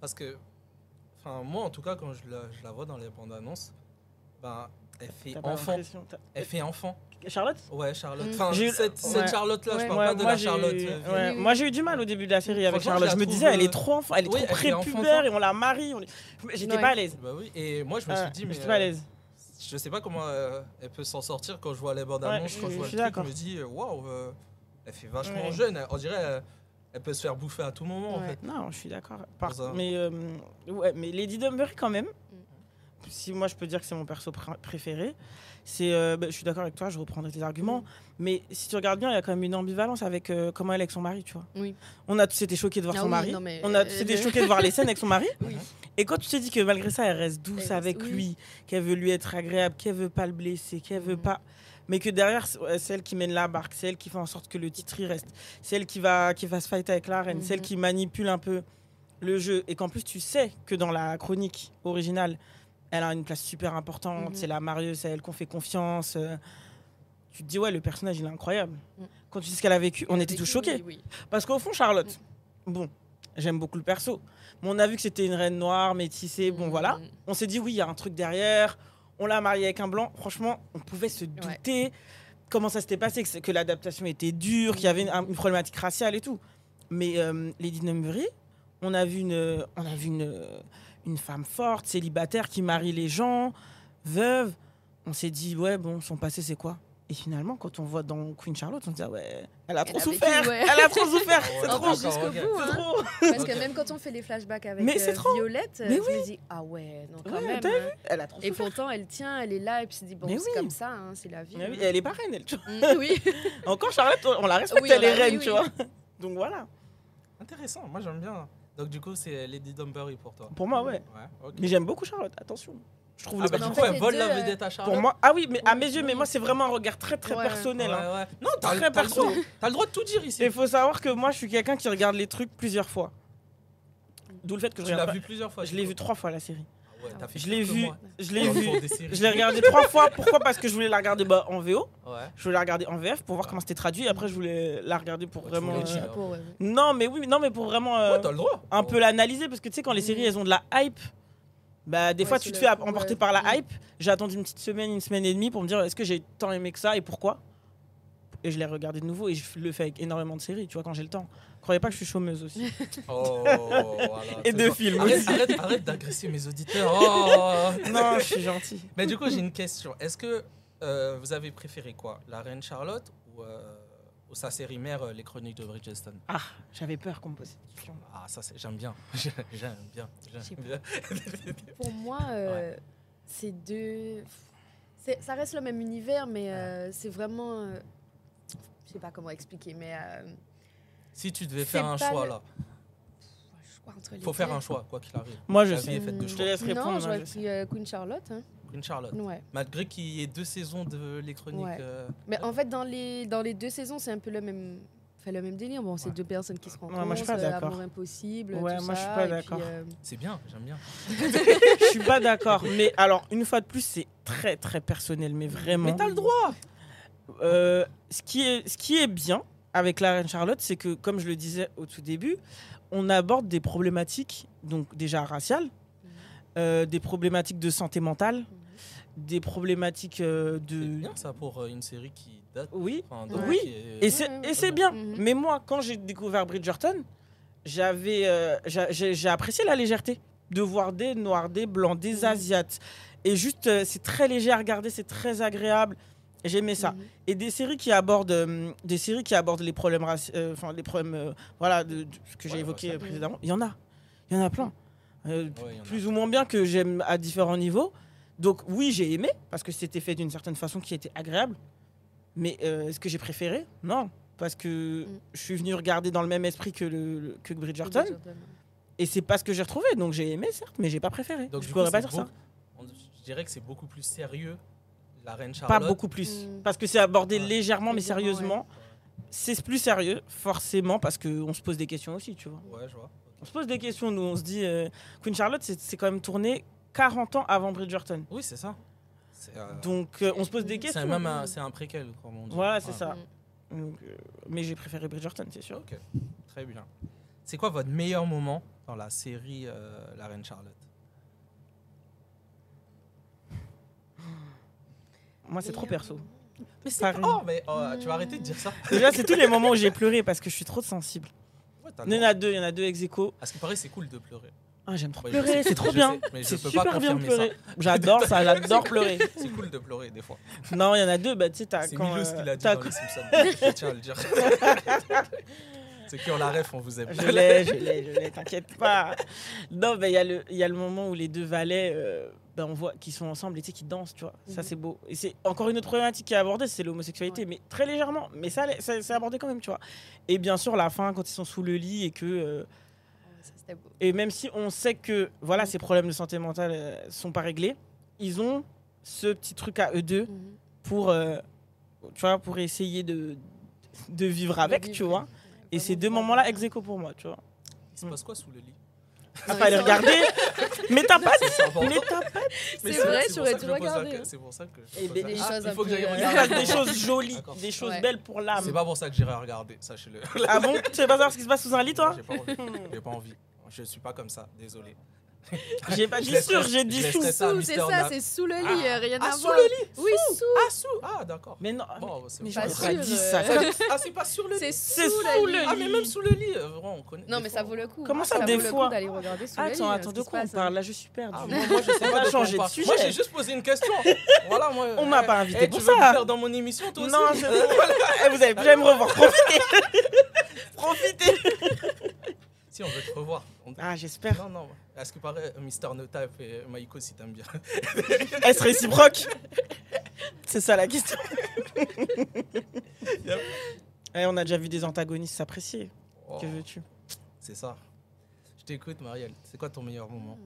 Speaker 6: parce que, enfin, moi en tout cas, quand je la, je la vois dans les bandes annonces, ben, elle fait
Speaker 8: T'as pas
Speaker 6: enfant.
Speaker 8: l'impression, t'as-
Speaker 6: Elle fait enfant.
Speaker 8: Charlotte
Speaker 6: Ouais, Charlotte.
Speaker 7: Mm.
Speaker 6: Enfin,
Speaker 8: J'ai eu-
Speaker 6: cette,
Speaker 7: ouais.
Speaker 6: cette Charlotte-là, je
Speaker 7: Ouais,
Speaker 6: parle
Speaker 8: Ouais,
Speaker 6: pas de la
Speaker 8: j'ai
Speaker 6: Charlotte.
Speaker 8: eu-
Speaker 6: euh,
Speaker 8: ouais,
Speaker 7: vieille.
Speaker 8: Moi, j'ai eu du mal au début de la série avec
Speaker 6: Franchement,
Speaker 8: Charlotte.
Speaker 6: je
Speaker 8: Je
Speaker 6: la
Speaker 8: me
Speaker 6: trouve,
Speaker 8: disais, elle
Speaker 6: euh,
Speaker 8: est trop, enf- elle est
Speaker 6: oui,
Speaker 8: trop
Speaker 6: elle est enfantine.
Speaker 8: prépubère et on la marie. on les- J'étais
Speaker 7: Ouais.
Speaker 8: pas à l'aise.
Speaker 6: Bah oui, et moi je me
Speaker 8: Ouais,
Speaker 6: suis dit, mais
Speaker 8: j'étais pas à l'aise.
Speaker 6: euh, je sais pas comment euh, elle peut s'en sortir quand je vois les bandes
Speaker 8: Ouais,
Speaker 6: annonces, quand
Speaker 7: je-
Speaker 6: je vois
Speaker 8: je suis
Speaker 6: le truc,
Speaker 8: d'accord.
Speaker 6: je me dis, euh, waouh, euh, elle fait vachement
Speaker 8: Ouais.
Speaker 6: jeune, elle- on dirait euh, elle peut se faire bouffer à tout moment en
Speaker 7: Ouais.
Speaker 6: fait.
Speaker 8: Non, je suis d'accord. Par-
Speaker 6: Dans un-
Speaker 8: Mais, euh, ouais, mais Lady Dunbury, quand même,
Speaker 7: Mm.
Speaker 8: si moi je peux dire que c'est mon perso pr- préféré, c'est, euh, bah, je suis d'accord avec toi, je reprendrai tes arguments.
Speaker 7: Mm.
Speaker 8: Mais si tu regardes bien, il y a quand même une ambivalence avec euh, comment elle est avec son mari, tu vois.
Speaker 7: Oui.
Speaker 8: On a tous été choqués de voir
Speaker 7: Ah
Speaker 8: son
Speaker 7: oui,
Speaker 8: mari.
Speaker 7: non, mais-
Speaker 8: On a tous été
Speaker 7: euh,
Speaker 8: choqués de voir les scènes avec son mari.
Speaker 7: Oui.
Speaker 8: Et quand tu te dis que malgré ça, elle reste douce
Speaker 7: reste-
Speaker 8: avec
Speaker 7: oui.
Speaker 8: lui, qu'elle veut lui être agréable, qu'elle veut pas le blesser, qu'elle veut
Speaker 7: Mhm.
Speaker 8: pas. Mais que derrière, c'est ouais, c'est elle qui mène la barque, c'est elle qui fait en sorte que le titre y reste, c'est elle qui va, qui va se fight avec la reine,
Speaker 7: Mhm.
Speaker 8: celle qui manipule un peu le jeu. Et qu'en plus, tu sais que dans la chronique originale, elle a une place super importante,
Speaker 7: Mhm.
Speaker 8: c'est la marieuse, c'est elle qu'on fait confiance. euh. Tu te dis, ouais, le personnage, il est incroyable.
Speaker 7: Mhm.
Speaker 8: Quand tu dis ce qu'elle a vécu, on
Speaker 7: Elle
Speaker 8: était
Speaker 7: avait
Speaker 8: tous
Speaker 7: dit
Speaker 8: choqués.
Speaker 7: oui, Mhm. oui.
Speaker 8: Parce qu'au fond, Charlotte, bon, j'aime beaucoup le perso, mais on a vu que c'était une reine noire, métissée, bon voilà.
Speaker 7: Mm.
Speaker 8: On s'est dit, oui, il y a un truc derrière, on l'a mariée avec un blanc. Franchement, on pouvait se douter comment ça s'était passé, que, c'est- que l'adaptation était dure, qu'il y avait une, un- une problématique raciale et tout. Mais euh, Lady Dunbury, on a vu une, euh, on a vu une, une femme forte, célibataire, qui marie les gens, veuve. On s'est dit, ouais, bon, son passé, c'est quoi et finalement, quand on voit dans Queen Charlotte, on se dit, ah ouais, elle a
Speaker 7: Elle
Speaker 8: trop
Speaker 7: a vécu,
Speaker 8: souffert,
Speaker 7: ouais. Oh,
Speaker 8: elle a trop souffert,
Speaker 6: Ah ouais.
Speaker 8: c'est
Speaker 7: En
Speaker 8: trop,
Speaker 7: plus,
Speaker 6: encore,
Speaker 7: jusqu'au
Speaker 6: ok.
Speaker 7: bout,
Speaker 8: c'est
Speaker 7: hein.
Speaker 8: trop.
Speaker 7: Parce que
Speaker 6: Ok.
Speaker 7: même quand on fait les flashbacks avec
Speaker 8: Mais c'est
Speaker 7: euh,
Speaker 8: trop.
Speaker 7: Violette, euh,
Speaker 8: Mais
Speaker 7: je me dis ah ouais, non quand
Speaker 8: Ouais,
Speaker 7: même.
Speaker 8: t'as
Speaker 7: hein.
Speaker 8: Elle a trop
Speaker 7: Et pourtant elle tient, elle est là et puis elle se dit bon
Speaker 8: Mais
Speaker 7: c'est
Speaker 8: oui.
Speaker 7: comme ça, hein, c'est la vie.
Speaker 8: Ah oui,
Speaker 7: hein.
Speaker 8: elle est pas reine, elle. tu vois.
Speaker 7: Mm, oui.
Speaker 8: Encore Charlotte, on la respecte,
Speaker 7: Oui, on
Speaker 8: elle est
Speaker 7: la- oui,
Speaker 8: reine,
Speaker 7: oui.
Speaker 8: tu vois. Donc voilà.
Speaker 6: Intéressant, moi j'aime bien. Donc du coup, c'est Lady Dumbury pour toi.
Speaker 8: Pour moi, ouais.
Speaker 6: Ouais, ok.
Speaker 8: Mais j'aime beaucoup Charlotte, attention. Je trouve
Speaker 6: Ah
Speaker 8: le
Speaker 6: bah,
Speaker 8: personnage-
Speaker 6: du
Speaker 7: en
Speaker 6: coup,
Speaker 7: fait,
Speaker 6: elle
Speaker 7: les
Speaker 6: vole
Speaker 7: deux,
Speaker 6: la
Speaker 7: euh,
Speaker 6: vedette à Charlotte.
Speaker 8: Pour moi, ah oui, mais à mes
Speaker 7: Oui,
Speaker 8: yeux, mais
Speaker 7: oui.
Speaker 8: moi, c'est vraiment un regard très, très
Speaker 7: Ouais.
Speaker 8: personnel. hein.
Speaker 6: Ouais, ouais. Non,
Speaker 8: Très
Speaker 6: t'as t'as le
Speaker 8: perso.
Speaker 6: droit- T'as le droit de tout dire
Speaker 8: Et
Speaker 6: ici.
Speaker 8: il faut savoir que moi, je suis quelqu'un qui regarde les trucs plusieurs fois. D'où le fait que je
Speaker 6: Tu l'as
Speaker 8: regarde
Speaker 6: vu plusieurs
Speaker 8: pas.
Speaker 6: fois.
Speaker 8: Je l'ai vu trois fois la série.
Speaker 6: Ouais, t'as fait
Speaker 8: Je l'ai
Speaker 6: plus que
Speaker 8: vu,
Speaker 6: moi.
Speaker 8: je l'ai
Speaker 6: Dans le
Speaker 8: vu,
Speaker 6: cours des séries.
Speaker 8: je l'ai regardé trois fois. Pourquoi Parce que je voulais la regarder bah, en VO,
Speaker 6: Ouais.
Speaker 8: je voulais la regarder en VF pour voir comment c'était traduit. Et après, je voulais la regarder pour
Speaker 6: Ouais, tu
Speaker 8: vraiment.
Speaker 6: voulais
Speaker 8: euh,
Speaker 6: chill.
Speaker 7: Pour, ouais, ouais.
Speaker 8: Non, mais oui, mais- non, mais pour vraiment. euh,
Speaker 6: Ouais, t'as le droit.
Speaker 8: un peu
Speaker 6: là.
Speaker 8: l'analyser parce que tu sais quand les séries elles ont de la hype bah des
Speaker 7: Ouais,
Speaker 8: fois
Speaker 7: sur
Speaker 8: tu te
Speaker 7: le
Speaker 8: fais
Speaker 7: coup,
Speaker 8: emporter
Speaker 7: ouais.
Speaker 8: par la
Speaker 7: Mm.
Speaker 8: hype j'ai attendu une petite semaine une semaine et demie pour me dire est-ce que j'ai tant aimé que ça et pourquoi et je l'ai regardé de nouveau et je le fais avec énormément de séries tu vois quand j'ai le temps croyez pas que je suis chômeuse aussi
Speaker 6: Oh, voilà,
Speaker 8: et
Speaker 6: c'est
Speaker 8: de
Speaker 6: ça.
Speaker 8: films
Speaker 6: Arrête,
Speaker 8: aussi.
Speaker 6: arrête, arrête d'agresser mes auditeurs. Oh.
Speaker 8: non je suis gentil
Speaker 6: Mais du coup, j'ai une question. Est-ce que euh, vous avez préféré quoi La Reine Charlotte ou, euh, ou sa série mère, euh, Les Chroniques de Bridgestone
Speaker 8: ah j'avais peur qu'on me pose cette question
Speaker 6: Ah, ça, c'est- j'aime bien. J'aime bien.
Speaker 7: Je sais
Speaker 6: J'aime
Speaker 7: pas.
Speaker 6: bien.
Speaker 7: Pour moi euh, c'est deux c'est- ça reste le même univers mais euh, c'est vraiment euh, je sais pas comment expliquer mais euh,
Speaker 6: Si tu devais
Speaker 7: C'est
Speaker 6: faire un
Speaker 7: pas
Speaker 6: choix,
Speaker 7: le-
Speaker 6: là,
Speaker 7: je crois entre les
Speaker 6: faut faire
Speaker 7: deux.
Speaker 6: un choix, quoi qu'il arrive.
Speaker 8: moi je
Speaker 6: La vie est
Speaker 8: sais
Speaker 6: faite de
Speaker 7: Hmm,
Speaker 8: je
Speaker 6: choix.
Speaker 8: te laisse
Speaker 7: Non,
Speaker 8: répondre
Speaker 7: j'aurais
Speaker 8: hein, je sais.
Speaker 7: pris euh, Queen Charlotte hein.
Speaker 6: Reine Charlotte.
Speaker 7: Ouais.
Speaker 6: Malgré qu'il y ait deux saisons de Les Chroniques.
Speaker 7: Ouais.
Speaker 6: euh,
Speaker 7: Mais en fait, dans les, dans les deux saisons, c'est un peu le même, enfin, le même délire. Bon, c'est
Speaker 6: Ouais.
Speaker 7: deux personnes qui se rencontrent.
Speaker 8: moi, je suis pas
Speaker 7: euh,
Speaker 8: d'accord.
Speaker 7: Amour impossible.
Speaker 8: Ouais,
Speaker 7: tout
Speaker 8: moi, je suis
Speaker 7: ça,
Speaker 8: pas
Speaker 7: et puis,
Speaker 8: d'accord.
Speaker 7: euh,
Speaker 6: c'est bien, j'aime bien.
Speaker 8: je suis pas d'accord mais alors une fois de plus c'est très très personnel mais vraiment
Speaker 6: Mais t'as le droit
Speaker 8: Euh, ce, qui est, ce qui est bien avec la Reine Charlotte, c'est que, comme je le disais au tout début, on aborde des problématiques, donc déjà raciales, euh, des problématiques de santé mentale, des problématiques euh,
Speaker 6: Mhm. C'est
Speaker 8: de.
Speaker 6: bien ça pour euh, une série qui date.
Speaker 8: Oui,
Speaker 6: enfin,
Speaker 7: Ouais.
Speaker 8: Oui,
Speaker 6: qui est-
Speaker 8: et c'est
Speaker 7: Ouais, ouais,
Speaker 8: et c'est
Speaker 6: ouais.
Speaker 8: bien.
Speaker 7: Mhm.
Speaker 8: Mais moi, quand j'ai découvert Bridgerton, j'avais, euh, j'a- j'ai j'ai apprécié la légèreté de voir des noirs, des blancs, des
Speaker 6: Mm-hmm.
Speaker 7: Mhm.
Speaker 8: asiates. Et juste, euh, c'est très léger à regarder, c'est très agréable. J'aimais
Speaker 6: Mm-hmm.
Speaker 8: ça.
Speaker 7: mhm.
Speaker 8: et des séries qui abordent euh, des séries qui abordent les problèmes raci- euh, enfin les problèmes euh, voilà de, de ce que j'ai
Speaker 6: Ouais,
Speaker 8: évoqué
Speaker 6: ouais,
Speaker 8: euh, précédemment il y en a il y en a plein Euh, p-
Speaker 6: Ouais, il y en a.
Speaker 8: plus ou moins bien que j'aime à différents niveaux donc oui j'ai aimé parce que c'était fait d'une certaine façon qui était agréable mais euh, est-ce que j'ai préféré non parce que
Speaker 7: Mm.
Speaker 8: je suis venu regarder dans le même esprit que le, le- que Bridgerton
Speaker 7: Bridgerton.
Speaker 8: et c'est pas ce que j'ai retrouvé donc j'ai aimé certes mais j'ai pas préféré
Speaker 6: Donc,
Speaker 8: je
Speaker 6: du coup,
Speaker 8: pourrais pas
Speaker 6: c'est
Speaker 8: dire ça
Speaker 6: beaucoup- on- Je dirais que c'est beaucoup plus sérieux, la Reine
Speaker 8: pas
Speaker 6: Charlotte.
Speaker 8: beaucoup plus
Speaker 7: Mm.
Speaker 8: parce que c'est abordé
Speaker 6: Ouais.
Speaker 8: légèrement mais
Speaker 7: Légèrement, ouais.
Speaker 8: sérieusement c'est plus sérieux, forcément, parce qu'on se pose des questions aussi, tu vois.
Speaker 6: Ouais, je vois.
Speaker 8: On se pose des questions, nous, on se dit, euh, Queen Charlotte, c'est c'est quand même tourné 40 ans avant Bridgerton.
Speaker 6: Oui, c'est ça. C'est euh,
Speaker 8: Donc, euh, on se pose des
Speaker 7: C'est
Speaker 8: questions.
Speaker 6: c'est même un, c'est un préquel, comme on dit.
Speaker 8: Voilà, c'est ça.
Speaker 7: Mm.
Speaker 8: Donc, euh, mais j'ai préféré Bridgerton, c'est sûr.
Speaker 6: Ok, très bien. C'est quoi votre meilleur moment dans la série euh, La Reine Charlotte
Speaker 8: Moi, c'est trop
Speaker 7: Meilleur
Speaker 8: perso.
Speaker 7: moment.
Speaker 6: Mais c'est
Speaker 8: Pareil.
Speaker 6: oh, mais oh, tu vas arrêter de dire ça.
Speaker 8: Déjà, c'est tous les moments où j'ai pleuré parce que je suis trop sensible.
Speaker 6: Ouais, t'as le
Speaker 8: Il y en
Speaker 6: droit.
Speaker 8: a deux, il y en a deux ex aequo.
Speaker 6: À ce qui paraît, c'est cool de pleurer.
Speaker 8: Ah, j'aime trop
Speaker 6: Ouais, je
Speaker 8: pleurer,
Speaker 6: sais,
Speaker 8: c'est trop
Speaker 6: je
Speaker 8: bien.
Speaker 6: sais, mais je
Speaker 8: C'est
Speaker 6: peux pas
Speaker 8: super bien de
Speaker 6: confirmer ça.
Speaker 8: pleurer. J'adore ça, j'adore pleurer.
Speaker 6: C'est cool de pleurer des fois.
Speaker 8: Non, il y en a deux, bah tu sais, t'as
Speaker 6: C'est
Speaker 8: quand.
Speaker 6: Milou
Speaker 8: euh,
Speaker 6: ce qu'il a dit
Speaker 8: t'as
Speaker 6: dans les Simpsons. Je tiens à le dire. Ceux qui ont la ref, on vous aime.
Speaker 8: Je l'ai, je l'ai, je l'ai, t'inquiète pas. Non, mais il y, a le- il y a le moment où les deux valets, euh, ben, on voit qu'ils sont ensemble et tu sais, qu'ils dansent, tu vois. Ça,
Speaker 7: Mhm.
Speaker 8: c'est beau. Et c'est encore une autre problématique qui est abordée, c'est l'homosexualité,
Speaker 7: Ouais.
Speaker 8: mais très légèrement. Mais ça, ça- c'est abordé quand même, tu vois. Et bien sûr, la fin, quand ils sont sous le lit et que. euh,
Speaker 7: Ça, c'était beau.
Speaker 8: et même si on sait que voilà, ces problèmes de santé mentale euh, sont pas réglés, ils ont ce petit truc à eux deux
Speaker 7: Mhm.
Speaker 8: pour, euh, tu vois, pour essayer de, de vivre avec, tu vois. Et ces deux moments-là, ex aequo pour moi, tu vois.
Speaker 6: Il se passe quoi sous le lit
Speaker 8: Ah, fallait regarder. Mais t'as pas
Speaker 6: C'est- C'est important.
Speaker 8: Mais t'as pas
Speaker 6: Mais
Speaker 7: C'est vrai,
Speaker 6: pour
Speaker 7: j'aurais
Speaker 6: ça que
Speaker 7: dû
Speaker 6: je pose la-
Speaker 7: regarder.
Speaker 6: C'est pour ça que. je
Speaker 8: Et
Speaker 6: pose
Speaker 8: des-
Speaker 6: la-
Speaker 8: des
Speaker 6: Ah,
Speaker 7: choses
Speaker 6: il
Speaker 7: un
Speaker 6: faut que
Speaker 7: peu,
Speaker 6: j'aille
Speaker 7: euh,
Speaker 8: faire
Speaker 6: regarder.
Speaker 8: des choses jolies,
Speaker 6: D'accord.
Speaker 8: des choses
Speaker 7: Ouais.
Speaker 8: belles pour l'âme.
Speaker 6: C'est pas pour ça que j'irai regarder, sachez-le.
Speaker 8: Ah bon Tu sais pas savoir ce qui se passe sous un lit, toi
Speaker 6: J'ai pas envie. J'ai pas envie. Je suis pas comme ça, désolé.
Speaker 8: J'ai pas
Speaker 6: Je
Speaker 8: dit
Speaker 6: laisserai-
Speaker 8: sûr, j'ai
Speaker 6: je
Speaker 8: dit
Speaker 6: laisserai
Speaker 8: sous.
Speaker 6: ça à
Speaker 7: Sous, c'est
Speaker 6: Mister
Speaker 7: ça,
Speaker 6: Na-
Speaker 7: c'est sous le lit, euh, rien
Speaker 6: Ah,
Speaker 7: à
Speaker 6: sous
Speaker 7: voir.
Speaker 6: le lit
Speaker 7: Oui, sous.
Speaker 6: Ah, sous Ah, d'accord.
Speaker 8: Mais non,
Speaker 6: Bon, c'est
Speaker 8: mais
Speaker 6: bon.
Speaker 8: j'aurais
Speaker 7: pas sûr,
Speaker 8: dit
Speaker 7: euh.
Speaker 8: ça. ça-
Speaker 6: Ah, c'est pas sur le
Speaker 7: C'est
Speaker 6: lit
Speaker 8: C'est
Speaker 7: sous
Speaker 8: sous
Speaker 7: le
Speaker 8: le
Speaker 7: lit.
Speaker 6: Ah, mais même sous le lit, euh, vraiment, on connaît.
Speaker 7: Non,
Speaker 6: des
Speaker 7: mais
Speaker 6: fois,
Speaker 7: ça
Speaker 6: on-
Speaker 7: vaut le coup.
Speaker 8: Comment ça,
Speaker 7: vaut
Speaker 8: des
Speaker 7: le coup
Speaker 8: fois Ah,
Speaker 7: d'aller regarder sous le lit,
Speaker 8: Attends,
Speaker 7: euh,
Speaker 8: attends,
Speaker 7: ce
Speaker 8: de
Speaker 7: qui se
Speaker 8: quoi on
Speaker 7: passe, hein.
Speaker 8: parle Là, je suis perdue.
Speaker 6: Ah, moi, moi, je sais
Speaker 8: On
Speaker 6: pas
Speaker 8: va
Speaker 6: de quoi on
Speaker 8: changer de
Speaker 6: parle.
Speaker 8: sujet.
Speaker 6: Moi, j'ai juste posé une question. voilà, moi.
Speaker 8: On m'a
Speaker 6: eh,
Speaker 8: pas invité
Speaker 6: eh,
Speaker 8: pour
Speaker 6: tu veux
Speaker 8: ça.
Speaker 6: me faire dans mon émission, toi
Speaker 8: Non,
Speaker 6: aussi
Speaker 8: c'est bon. Eh, Vous allez plus jamais me revoir. Profitez. Profitez.
Speaker 6: Si, on veut te revoir. On-
Speaker 8: Ah, j'espère.
Speaker 6: Non, non. À ce que paraît, Mister Nota et Maïko, si t'aimes bien.
Speaker 8: Est-ce réciproque C'est ça la question. Eh, on a déjà vu des antagonistes s'apprécier.
Speaker 6: Oh,
Speaker 8: Que veux-tu
Speaker 6: c'est ça. Je t'écoute, Marielle. C'est quoi ton meilleur moment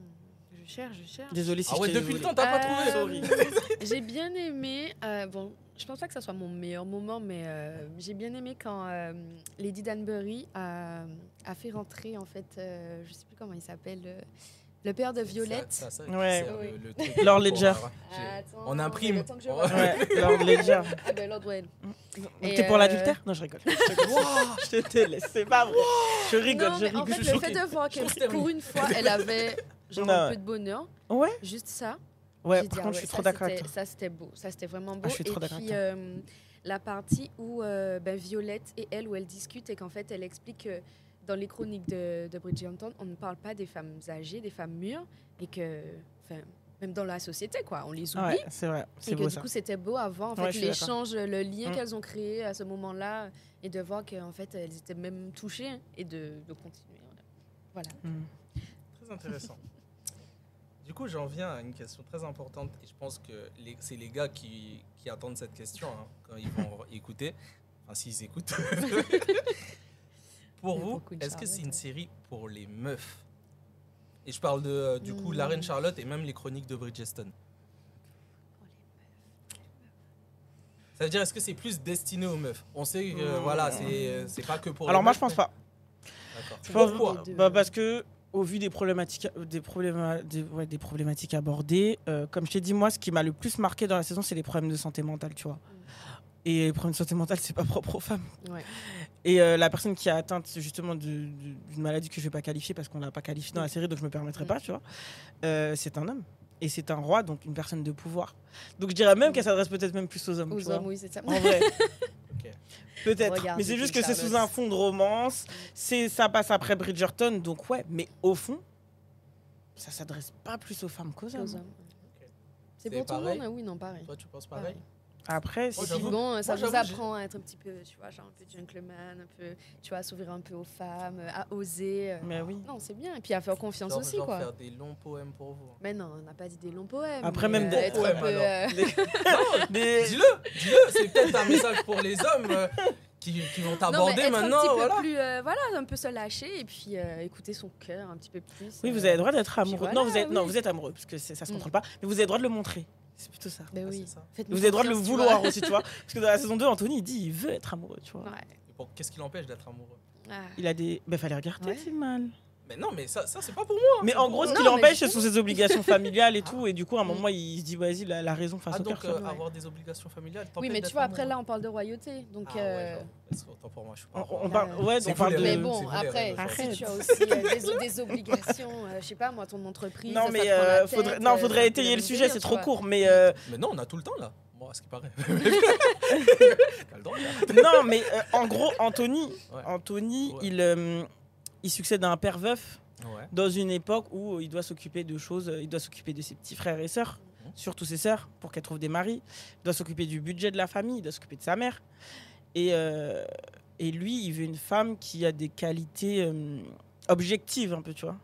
Speaker 7: Je cherche, je cherche.
Speaker 8: Désolé si
Speaker 6: Ah ouais,
Speaker 8: je t'ai
Speaker 6: depuis le
Speaker 8: volé.
Speaker 6: temps, t'as pas trouvé.
Speaker 7: Euh, J'ai bien aimé. euh, bon, je pense pas que ça soit mon meilleur moment, mais euh, j'ai bien aimé quand euh, Lady Danbury a, a fait rentrer, en fait, euh, je sais plus comment il s'appelle, euh, le père de Violette.
Speaker 6: Ça, ça, ça,
Speaker 8: Ouais.
Speaker 6: c'est
Speaker 7: Oui.
Speaker 6: le- le truc
Speaker 8: Laure
Speaker 6: pour,
Speaker 8: Ledger.
Speaker 6: euh, j'ai- on imprime.
Speaker 8: Ouais, bah, Lord Ledger.
Speaker 7: Ah ben, Lord Wayne.
Speaker 8: Donc
Speaker 7: Et
Speaker 8: t'es pour
Speaker 7: euh,
Speaker 8: l'adultère Non, je rigole. Je rigole. Je te délaisse, c'est pas vrai. Je rigole,
Speaker 7: non,
Speaker 8: je
Speaker 7: mais en
Speaker 8: rigole.
Speaker 7: fait,
Speaker 6: je suis
Speaker 7: le fait
Speaker 6: choqué.
Speaker 7: de voir
Speaker 6: Je trouve
Speaker 7: que pour
Speaker 6: terminé.
Speaker 7: une fois, elle avait genre
Speaker 8: Ouais.
Speaker 7: un peu de bonheur,
Speaker 8: Ouais,
Speaker 7: juste ça.
Speaker 8: ouais,
Speaker 7: J'ai
Speaker 8: par
Speaker 7: dit,
Speaker 8: contre,
Speaker 7: ah
Speaker 8: je
Speaker 7: ouais,
Speaker 8: suis
Speaker 7: ça,
Speaker 8: trop d'accord avec
Speaker 7: c'était-
Speaker 8: toi.
Speaker 7: Ça, c'était beau. Ça, c'était vraiment beau.
Speaker 8: Ah, je suis
Speaker 7: et
Speaker 8: trop d'accord
Speaker 7: puis,
Speaker 8: avec toi.
Speaker 7: euh, la partie où euh, ben, Violette et elle, où elles discutent et qu'en fait, elle explique que dans les chroniques de, de Bridgerton, on ne parle pas des femmes âgées, des femmes mûres, et que, enfin, même dans la société, quoi, on les oublie.
Speaker 8: Ah Ouais, c'est vrai,
Speaker 7: Et
Speaker 8: c'est
Speaker 7: que
Speaker 8: beau
Speaker 7: du
Speaker 8: ça.
Speaker 7: coup, c'était beau avant en fait,
Speaker 8: Ouais, je suis
Speaker 7: l'échange, le lien
Speaker 8: Mm.
Speaker 7: qu'elles ont créé à ce moment-là, et de voir qu'en fait, elles étaient même touchées, hein, et de, de continuer. Voilà.
Speaker 8: Mm.
Speaker 6: Très intéressant. Du coup, j'en viens à une question très importante et je pense que les- c'est les gars qui, qui attendent cette question hein, quand ils vont écouter. Enfin, s'ils écoutent. pour
Speaker 7: Mais
Speaker 6: vous,
Speaker 7: pour Queen
Speaker 6: est-ce que c'est une
Speaker 7: Charlotte,
Speaker 6: série pour les meufs Et je parle de, euh, du coup,
Speaker 7: Hmm.
Speaker 6: La Reine Charlotte et même les chroniques de Bridgestone. Ça veut dire, est-ce que c'est plus destiné aux meufs On sait que, euh,
Speaker 8: Hmm.
Speaker 6: voilà, c'est c'est pas que pour
Speaker 8: Alors
Speaker 6: les
Speaker 8: moi,
Speaker 6: meufs,
Speaker 8: je pense
Speaker 6: mais-
Speaker 8: pas.
Speaker 6: D'accord.
Speaker 8: Je pense-
Speaker 6: Pourquoi
Speaker 7: Les deux.
Speaker 8: Bah, parce que, au vu des problématiques, euh, des problèmes, des, ouais, des problématiques abordées, euh, comme je t'ai dit, moi, ce qui m'a le plus marqué dans la saison, c'est les problèmes de santé mentale, tu
Speaker 7: Mm.
Speaker 8: vois. Et les problèmes de santé mentale, c'est pas propre aux femmes.
Speaker 7: Ouais.
Speaker 8: Et euh, la personne qui a atteinte justement de- de- d'une maladie que je vais pas qualifier parce qu'on l'a pas qualifiée dans la série, donc je me permettrai
Speaker 7: Mm.
Speaker 8: pas, tu vois, euh, c'est un homme. Et c'est un roi, donc une personne de pouvoir. Donc je dirais même qu'elle s'adresse peut-être même plus aux hommes. tu
Speaker 7: Aux
Speaker 8: vois.
Speaker 7: hommes, oui, c'est ça.
Speaker 8: En vrai.
Speaker 6: Ok.
Speaker 8: Peut-être.
Speaker 7: Regarde,
Speaker 8: Mais c'est
Speaker 7: c'est
Speaker 8: juste que
Speaker 7: une
Speaker 8: c'est sous
Speaker 7: Charlotte.
Speaker 8: un fond de romance. C'est ça passe après Bridgerton, donc ouais. Mais au fond, ça s'adresse pas plus aux femmes qu'aux
Speaker 7: Aux
Speaker 8: hommes.
Speaker 7: hommes.
Speaker 6: C'est
Speaker 7: C'est pour tout le
Speaker 6: pareil
Speaker 7: monde, hein, oui, non, pareil.
Speaker 6: Toi, tu penses
Speaker 7: Pareil.
Speaker 6: pareil
Speaker 8: Après,
Speaker 6: Moi,
Speaker 8: si-
Speaker 7: Puis
Speaker 6: Oh, j'avoue-
Speaker 7: bon, euh,
Speaker 6: moi,
Speaker 7: ça vous
Speaker 6: j'avoue, j'ai-
Speaker 7: apprend à être un petit peu, tu vois, genre un peu gentleman, un peu, tu vois, à s'ouvrir un peu aux femmes, euh, à oser. euh.
Speaker 8: mais oui.
Speaker 7: Non, c'est bien. Et puis à faire confiance
Speaker 6: Genre-
Speaker 7: aussi,
Speaker 6: genre
Speaker 7: quoi.
Speaker 6: faire des longs poèmes pour vous.
Speaker 7: Mais non, on n'a pas dit des longs poèmes.
Speaker 8: Après,
Speaker 7: mais,
Speaker 8: même
Speaker 7: euh,
Speaker 8: des
Speaker 7: être un
Speaker 6: poèmes,
Speaker 7: peu,
Speaker 6: alors.
Speaker 7: euh,
Speaker 8: Mais-
Speaker 6: Dis-le, dis-le, c'est peut-être un message pour les hommes euh, qui, qui vont
Speaker 7: non, mais
Speaker 6: t'aborder
Speaker 7: être un petit
Speaker 6: maintenant.
Speaker 7: peu
Speaker 6: Voilà.
Speaker 7: plus, euh, voilà, un peu se lâcher et puis euh, écouter son cœur un petit peu plus.
Speaker 8: Oui,
Speaker 7: euh.
Speaker 8: vous avez le droit d'être amoureux.
Speaker 7: voilà,
Speaker 8: non, vous êtes, non,
Speaker 7: oui.
Speaker 8: vous êtes amoureux parce que c'est- ça se
Speaker 7: Mm.
Speaker 8: contrôle pas. Mais vous avez le droit de le montrer. C'est plutôt ça.
Speaker 7: Ben
Speaker 6: Ah,
Speaker 7: oui.
Speaker 6: c'est ça.
Speaker 7: Faites-nous
Speaker 8: Vous avez le droit de le
Speaker 7: confiance, tu
Speaker 8: vouloir
Speaker 7: vois.
Speaker 8: aussi, tu vois. Parce que dans la saison 2, Anthony, il dit il veut être amoureux, tu vois.
Speaker 7: Ouais.
Speaker 6: Et pour- Qu'est-ce qui l'empêche d'être amoureux
Speaker 7: Ah.
Speaker 8: Il a des. Ben, fallait regarder,
Speaker 7: Ouais.
Speaker 8: c'est mal.
Speaker 6: Mais non, mais ça, ça c'est pas pour moi.
Speaker 8: Mais
Speaker 6: c'est
Speaker 8: en
Speaker 6: pour
Speaker 8: gros, ce
Speaker 6: eux.
Speaker 8: qui
Speaker 7: Non, mais
Speaker 8: l'empêche, ce
Speaker 7: justement. Ah. Mm.
Speaker 8: sont ses obligations familiales et tout. Et du coup, à un moment, il se dit, vas-y, la, la raison face
Speaker 6: Ah,
Speaker 8: au cœur.
Speaker 6: donc
Speaker 8: quoi.
Speaker 6: euh,
Speaker 7: ouais.
Speaker 6: avoir des obligations familiales.
Speaker 7: Oui,
Speaker 6: t'empêche
Speaker 7: mais
Speaker 6: d'être
Speaker 7: tu vois, après
Speaker 6: amoureux.
Speaker 7: là, on parle de royauté. Donc.
Speaker 6: Ah, ouais,
Speaker 7: euh,
Speaker 6: j'avoue. Parce que, autant pour moi, je suis pas.
Speaker 8: On, on
Speaker 6: amoureux.
Speaker 8: parle, ouais,
Speaker 6: C'est
Speaker 8: on
Speaker 6: vous
Speaker 8: parle
Speaker 6: les
Speaker 8: de.
Speaker 6: rêves.
Speaker 7: bah, Mais
Speaker 6: Euh, c'est
Speaker 7: bon,
Speaker 6: vous les
Speaker 7: après,
Speaker 6: rêves,
Speaker 8: Arrête.
Speaker 7: si tu as aussi euh, des, o- des obligations, euh, je sais pas, moi, ton entreprise.
Speaker 8: Non,
Speaker 7: ça
Speaker 8: mais
Speaker 7: te prend la
Speaker 8: euh, faudrait,
Speaker 7: tête,
Speaker 8: non,
Speaker 7: euh,
Speaker 8: faudrait
Speaker 7: c'est
Speaker 8: étayer
Speaker 7: même
Speaker 8: le sujet,
Speaker 7: délire,
Speaker 8: c'est
Speaker 7: tu
Speaker 8: trop
Speaker 7: vois.
Speaker 8: court. Mais euh,
Speaker 6: Mais non, on a tout le temps là. Moi, ce qui paraît. T'as le droit, là.
Speaker 8: non, mais euh, en gros, Anthony,
Speaker 6: Ouais.
Speaker 8: Anthony
Speaker 6: Ouais.
Speaker 8: il, euh, il succède à un père veuf
Speaker 6: Ouais.
Speaker 8: dans une époque où il doit s'occuper de choses. euh, Il doit s'occuper de ses petits frères et sœurs,
Speaker 6: Mhm.
Speaker 8: surtout ses sœurs, pour qu'elles trouvent des maris. Il doit s'occuper du budget de la famille, il doit s'occuper de sa mère. Et, euh, et lui, il veut une femme qui a des qualités euh, objectives, un peu, tu vois.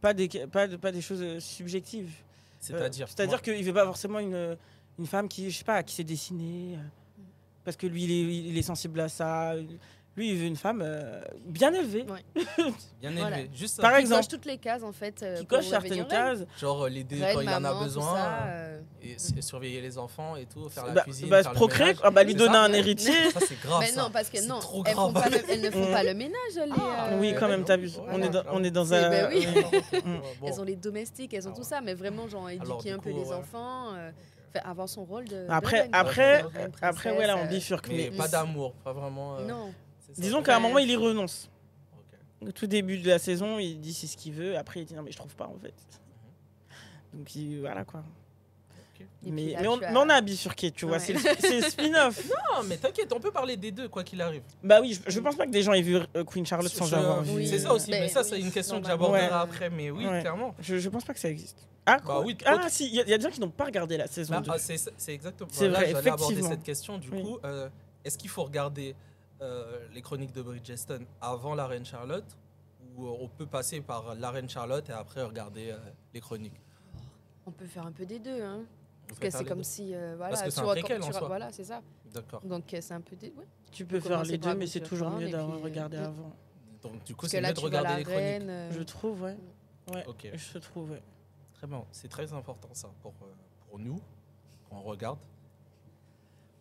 Speaker 8: Pas des, pas, de- pas des choses euh, subjectives.
Speaker 6: C'est-à-dire.
Speaker 8: Euh, C'est-à-dire qu'il veut pas forcément une, une femme qui, je sais pas, qui s'est dessinée. euh, Parce que lui, il est, il est sensible à ça. Lui, il veut une femme euh, bien élevée.
Speaker 7: Ouais.
Speaker 6: Bien élevé.
Speaker 7: Voilà.
Speaker 6: Juste ça.
Speaker 8: Par
Speaker 7: Qui
Speaker 8: exemple,
Speaker 7: coche toutes les cases en fait. euh,
Speaker 8: qui
Speaker 7: pour
Speaker 8: coche certaines
Speaker 7: revenir.
Speaker 8: cases.
Speaker 6: Genre euh, l'aider
Speaker 7: Raid,
Speaker 6: quand il en
Speaker 7: maman,
Speaker 6: a
Speaker 7: tout
Speaker 6: besoin.
Speaker 7: ça, euh,
Speaker 6: Et s- et surveiller les enfants et tout. Faire
Speaker 8: Bah-
Speaker 6: la cuisine.
Speaker 8: bah, se
Speaker 6: faire le
Speaker 8: procréer,
Speaker 6: ménage.
Speaker 8: ah bah, lui
Speaker 6: C'est
Speaker 8: donner
Speaker 6: ça
Speaker 8: un héritier.
Speaker 6: Ça, c'est grave.
Speaker 7: Mais
Speaker 6: ça.
Speaker 7: non, parce que
Speaker 6: C'est
Speaker 7: non,
Speaker 6: trop
Speaker 7: elles, font
Speaker 6: grave.
Speaker 7: pas le- elles ne font
Speaker 8: Mm.
Speaker 7: pas le ménage, les.
Speaker 6: Ah,
Speaker 7: euh,
Speaker 8: oui, quand même,
Speaker 6: non,
Speaker 8: t'abuses.
Speaker 6: voilà.
Speaker 8: on, est dans- on est dans
Speaker 7: Oui,
Speaker 8: un.
Speaker 7: bah oui.
Speaker 6: Bon.
Speaker 7: Elles ont les domestiques, elles ont
Speaker 6: Ah
Speaker 7: tout
Speaker 6: ouais.
Speaker 7: ça, mais vraiment, genre,
Speaker 6: Alors,
Speaker 7: éduquer
Speaker 6: du
Speaker 7: un peu
Speaker 6: coup,
Speaker 7: les
Speaker 6: ouais.
Speaker 7: enfants, euh, faire avoir son rôle de.
Speaker 8: Après-
Speaker 7: de reine,
Speaker 8: après-
Speaker 7: quoi, comme
Speaker 8: Après, ouais,
Speaker 7: princesse,
Speaker 8: là, on
Speaker 7: euh,
Speaker 8: bifurque.
Speaker 6: Mais
Speaker 8: Mais
Speaker 6: pas d'amour, pas vraiment. euh,
Speaker 7: Non,
Speaker 6: c'est ça.
Speaker 8: disons qu'à un
Speaker 7: Ouais.
Speaker 8: moment, il y renonce.
Speaker 6: Ok.
Speaker 8: Au tout début de la saison, il dit c'est ce qu'il veut. Après, il dit non, mais je trouve pas, en fait. Donc, il- voilà quoi.
Speaker 7: Et puis
Speaker 8: mais,
Speaker 7: là,
Speaker 8: mais on,
Speaker 7: tu as-
Speaker 8: mais on a bifurqué, tu vois.
Speaker 7: Ouais.
Speaker 8: C'est le- c'est le spin-off.
Speaker 6: Non, mais t'inquiète, on peut parler des deux, quoi qu'il arrive.
Speaker 8: Bah oui, je, je pense pas que des gens aient vu euh, Queen Charlotte sans
Speaker 6: Je-
Speaker 8: avoir vu.
Speaker 7: oui.
Speaker 6: C'est ça aussi,
Speaker 7: Ben
Speaker 6: mais ça,
Speaker 7: oui,
Speaker 6: c'est une question que
Speaker 7: normal.
Speaker 6: j'aborderai
Speaker 8: Ouais.
Speaker 6: après, mais oui,
Speaker 8: Ouais.
Speaker 6: clairement.
Speaker 8: Je, je pense pas que ça existe. Ah, quoi
Speaker 6: Bah oui,
Speaker 8: ah
Speaker 6: autre-
Speaker 8: si, il y, a y a des gens qui n'ont pas regardé la saison
Speaker 6: Bah,
Speaker 8: 2.
Speaker 6: ah, c'est c'est exactement.
Speaker 8: C'est
Speaker 6: voilà,
Speaker 8: vrai,
Speaker 6: J'allais aborder
Speaker 8: effectivement.
Speaker 6: cette question. Du
Speaker 8: Oui.
Speaker 6: coup, euh, est-ce qu'il faut regarder euh, les chroniques de Bridgestone avant la Reine Charlotte ou euh, on peut passer par la Reine Charlotte et après regarder euh, les chroniques
Speaker 7: on peut faire un peu des deux, hein.
Speaker 6: On
Speaker 7: Parce
Speaker 6: peut
Speaker 7: que
Speaker 6: faire
Speaker 7: c'est
Speaker 6: les
Speaker 7: comme
Speaker 6: deux.
Speaker 7: si. euh, voilà,
Speaker 6: que
Speaker 7: tu
Speaker 6: c'est un
Speaker 7: racontes-
Speaker 6: préquel,
Speaker 7: tu
Speaker 6: en
Speaker 7: ra-
Speaker 6: soi.
Speaker 7: Voilà, c'est ça.
Speaker 6: D'accord.
Speaker 7: Donc, euh, c'est un peu des. ouais.
Speaker 8: tu peux
Speaker 7: faut
Speaker 8: faire
Speaker 7: commencer
Speaker 8: les
Speaker 7: par
Speaker 8: deux, mais c'est
Speaker 7: Bridgerton,
Speaker 8: toujours mieux
Speaker 7: et
Speaker 8: d'avoir
Speaker 6: euh,
Speaker 7: puis-
Speaker 8: regardé
Speaker 7: Mm.
Speaker 8: avant.
Speaker 6: Donc, du coup,
Speaker 7: Parce que
Speaker 6: c'est
Speaker 7: là,
Speaker 6: mieux de
Speaker 7: tu vois la
Speaker 6: regarder les chroniques.
Speaker 7: reine. euh,
Speaker 8: Je trouve, ouais.
Speaker 6: Ok,
Speaker 8: Je trouve, ouais.
Speaker 6: très bien. C'est très important ça pour, euh, pour nous, quand on regarde.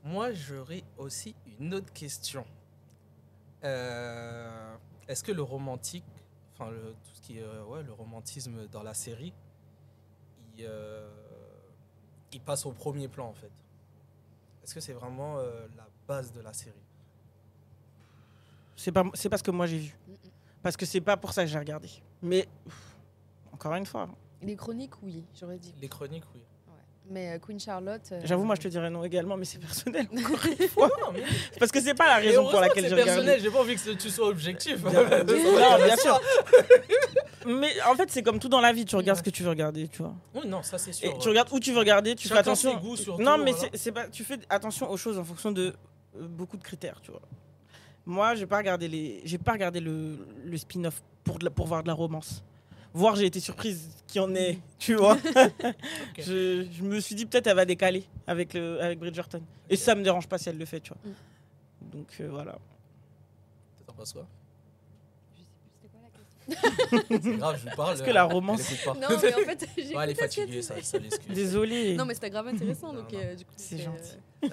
Speaker 6: Moi, j'aurais aussi une autre question. Euh, Est-ce que le romantique, enfin le, tout ce qui est euh, ouais, le romantisme dans la série, il, euh, il passe au premier plan en fait Est-ce que c'est vraiment euh, la base de la série
Speaker 8: C'est pas, c'est parce que moi j'ai vu.
Speaker 7: Mm, mm.
Speaker 8: Parce que c'est pas pour ça que j'ai regardé. Mais pff, encore une fois,
Speaker 6: Euh,
Speaker 7: Les chroniques, oui, j'aurais dit.
Speaker 6: Les chroniques, oui.
Speaker 7: Ouais. Mais euh, Queen Charlotte. euh,
Speaker 8: j'avoue, moi je te dirais non également, mais c'est personnel.
Speaker 6: Non, non, mais-
Speaker 8: Parce que c'est pas la raison
Speaker 6: Et
Speaker 8: pour
Speaker 6: heureusement que
Speaker 8: laquelle
Speaker 6: c'est
Speaker 8: j'ai regardé.
Speaker 6: personnel, j'ai pas envie que tu sois objectif.
Speaker 8: Bien- Non, bien sûr. Mais en fait, c'est comme tout dans la vie, tu regardes
Speaker 7: Ouais.
Speaker 8: ce que tu veux regarder, tu vois.
Speaker 6: Oui, non, ça c'est
Speaker 8: Et
Speaker 6: sûr.
Speaker 8: tu regardes où tu veux regarder, tu fais
Speaker 6: euh, Chacun
Speaker 8: attention.
Speaker 6: ses goûts, surtout,
Speaker 8: non, mais
Speaker 6: voilà.
Speaker 8: c'est- c'est pas. Tu fais attention aux choses en fonction de euh, beaucoup de critères, tu vois. Moi, j'ai pas regardé les, j'ai pas regardé le, le spin-off pour de la- pour voir de la romance. Voir, j'ai été surprise qu'il y en
Speaker 6: Mm.
Speaker 8: ait, tu vois. je, je me suis dit peut-être elle va décaler avec le avec Bridgerton. Et
Speaker 6: Ok.
Speaker 8: ça me dérange pas si elle le fait, tu vois.
Speaker 7: Mm.
Speaker 8: Donc euh, voilà.
Speaker 6: T'en penses quoi
Speaker 7: je sais plus c'était quoi la question.
Speaker 6: C'est grave, je vous parle. euh,
Speaker 8: Est-ce que la romance-
Speaker 6: Elle écoute pas.
Speaker 7: Non, mais en fait, j'ai.
Speaker 6: Ouais, elle est
Speaker 7: écouté ce que
Speaker 6: fatiguée,
Speaker 7: tu
Speaker 6: ça,
Speaker 7: disais.
Speaker 6: ça l'excuse.
Speaker 8: Désolé.
Speaker 7: Non, mais c'était grave intéressant,
Speaker 6: Non,
Speaker 7: donc
Speaker 6: non.
Speaker 7: euh, du coup.
Speaker 8: C'est
Speaker 7: c'était,
Speaker 8: gentil.
Speaker 7: euh,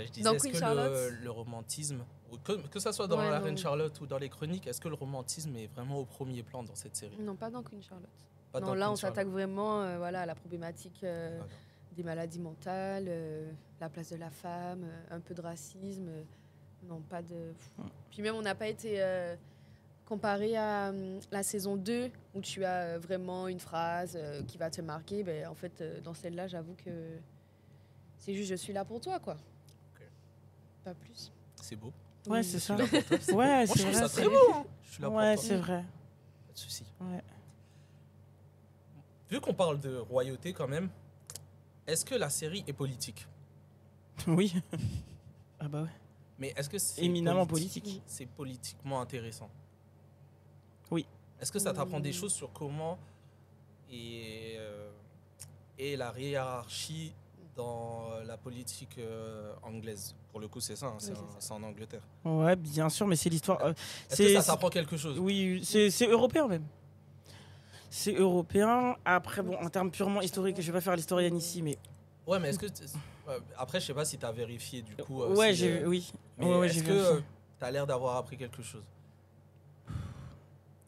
Speaker 6: Euh, je disais,
Speaker 7: Dans
Speaker 6: est-ce
Speaker 7: Queen
Speaker 6: que le,
Speaker 7: Charlotte.
Speaker 6: le romantisme, ou que, que ça soit dans
Speaker 7: Ouais,
Speaker 6: La
Speaker 7: non.
Speaker 6: Reine Charlotte ou dans les chroniques, est-ce que le romantisme est vraiment au premier plan dans cette série
Speaker 7: Non, pas dans Queen Charlotte.
Speaker 6: Pas
Speaker 7: non,
Speaker 6: dans
Speaker 7: là,
Speaker 6: Queen
Speaker 7: on
Speaker 6: Charlotte.
Speaker 7: s'attaque vraiment euh, voilà, à la problématique euh,
Speaker 6: D'accord.
Speaker 7: des maladies mentales, euh, la place de la femme, euh, un peu de racisme. euh, non, pas de.
Speaker 6: Hmm.
Speaker 7: Puis même, on n'a pas été euh, comparé à hum, la saison 2, où tu as euh, vraiment une phrase euh, qui va te marquer. Ben, en fait, euh, dans celle-là, j'avoue que c'est juste je suis là pour toi, quoi.
Speaker 6: Ok.
Speaker 7: Pas plus.
Speaker 6: C'est beau.
Speaker 8: Ouais,
Speaker 7: Oui.
Speaker 8: c'est ça.
Speaker 6: Moi,
Speaker 8: Ah. Ouais,
Speaker 6: je
Speaker 8: c'est
Speaker 6: trouve
Speaker 8: vrai.
Speaker 6: ça
Speaker 8: c'est-
Speaker 6: très beau. hein. Je suis là pour
Speaker 8: Ouais,
Speaker 6: toi.
Speaker 8: c'est vrai.
Speaker 6: Pas de souci.
Speaker 8: Ouais.
Speaker 6: Vu qu'on parle de royauté quand même, est-ce que la série est politique
Speaker 8: Oui. Ah bah ouais.
Speaker 6: Mais est-ce que c'est
Speaker 8: Éminemment politique.
Speaker 6: C'est politiquement intéressant.
Speaker 8: Oui.
Speaker 6: Est-ce que ça t'apprend des
Speaker 7: Mm.
Speaker 6: choses sur comment et, euh, et la hiérarchie dans la politique euh, anglaise Pour le coup, c'est ça, hein, c'est
Speaker 7: Oui,
Speaker 6: en-
Speaker 7: c'est ça.
Speaker 6: c'est en Angleterre.
Speaker 8: Ouais, bien sûr, mais c'est l'histoire. euh,
Speaker 6: Est-ce que
Speaker 8: c'est-
Speaker 6: ça t'apprend quelque chose
Speaker 8: Oui, c'est c'est européen même. C'est européen. Après, bon, en termes purement historiques, je vais pas faire l'historienne ici, mais.
Speaker 6: Ouais, mais est-ce que. t- ouais, Après, je sais pas si t'as vérifié du coup. euh,
Speaker 8: ouais,
Speaker 6: si,
Speaker 8: j'ai
Speaker 6: euh,
Speaker 8: oui.
Speaker 6: mais
Speaker 8: Ouais, ouais, j'ai
Speaker 6: est-ce
Speaker 8: vu
Speaker 6: que
Speaker 8: aussi.
Speaker 6: euh, t'as l'air d'avoir appris quelque chose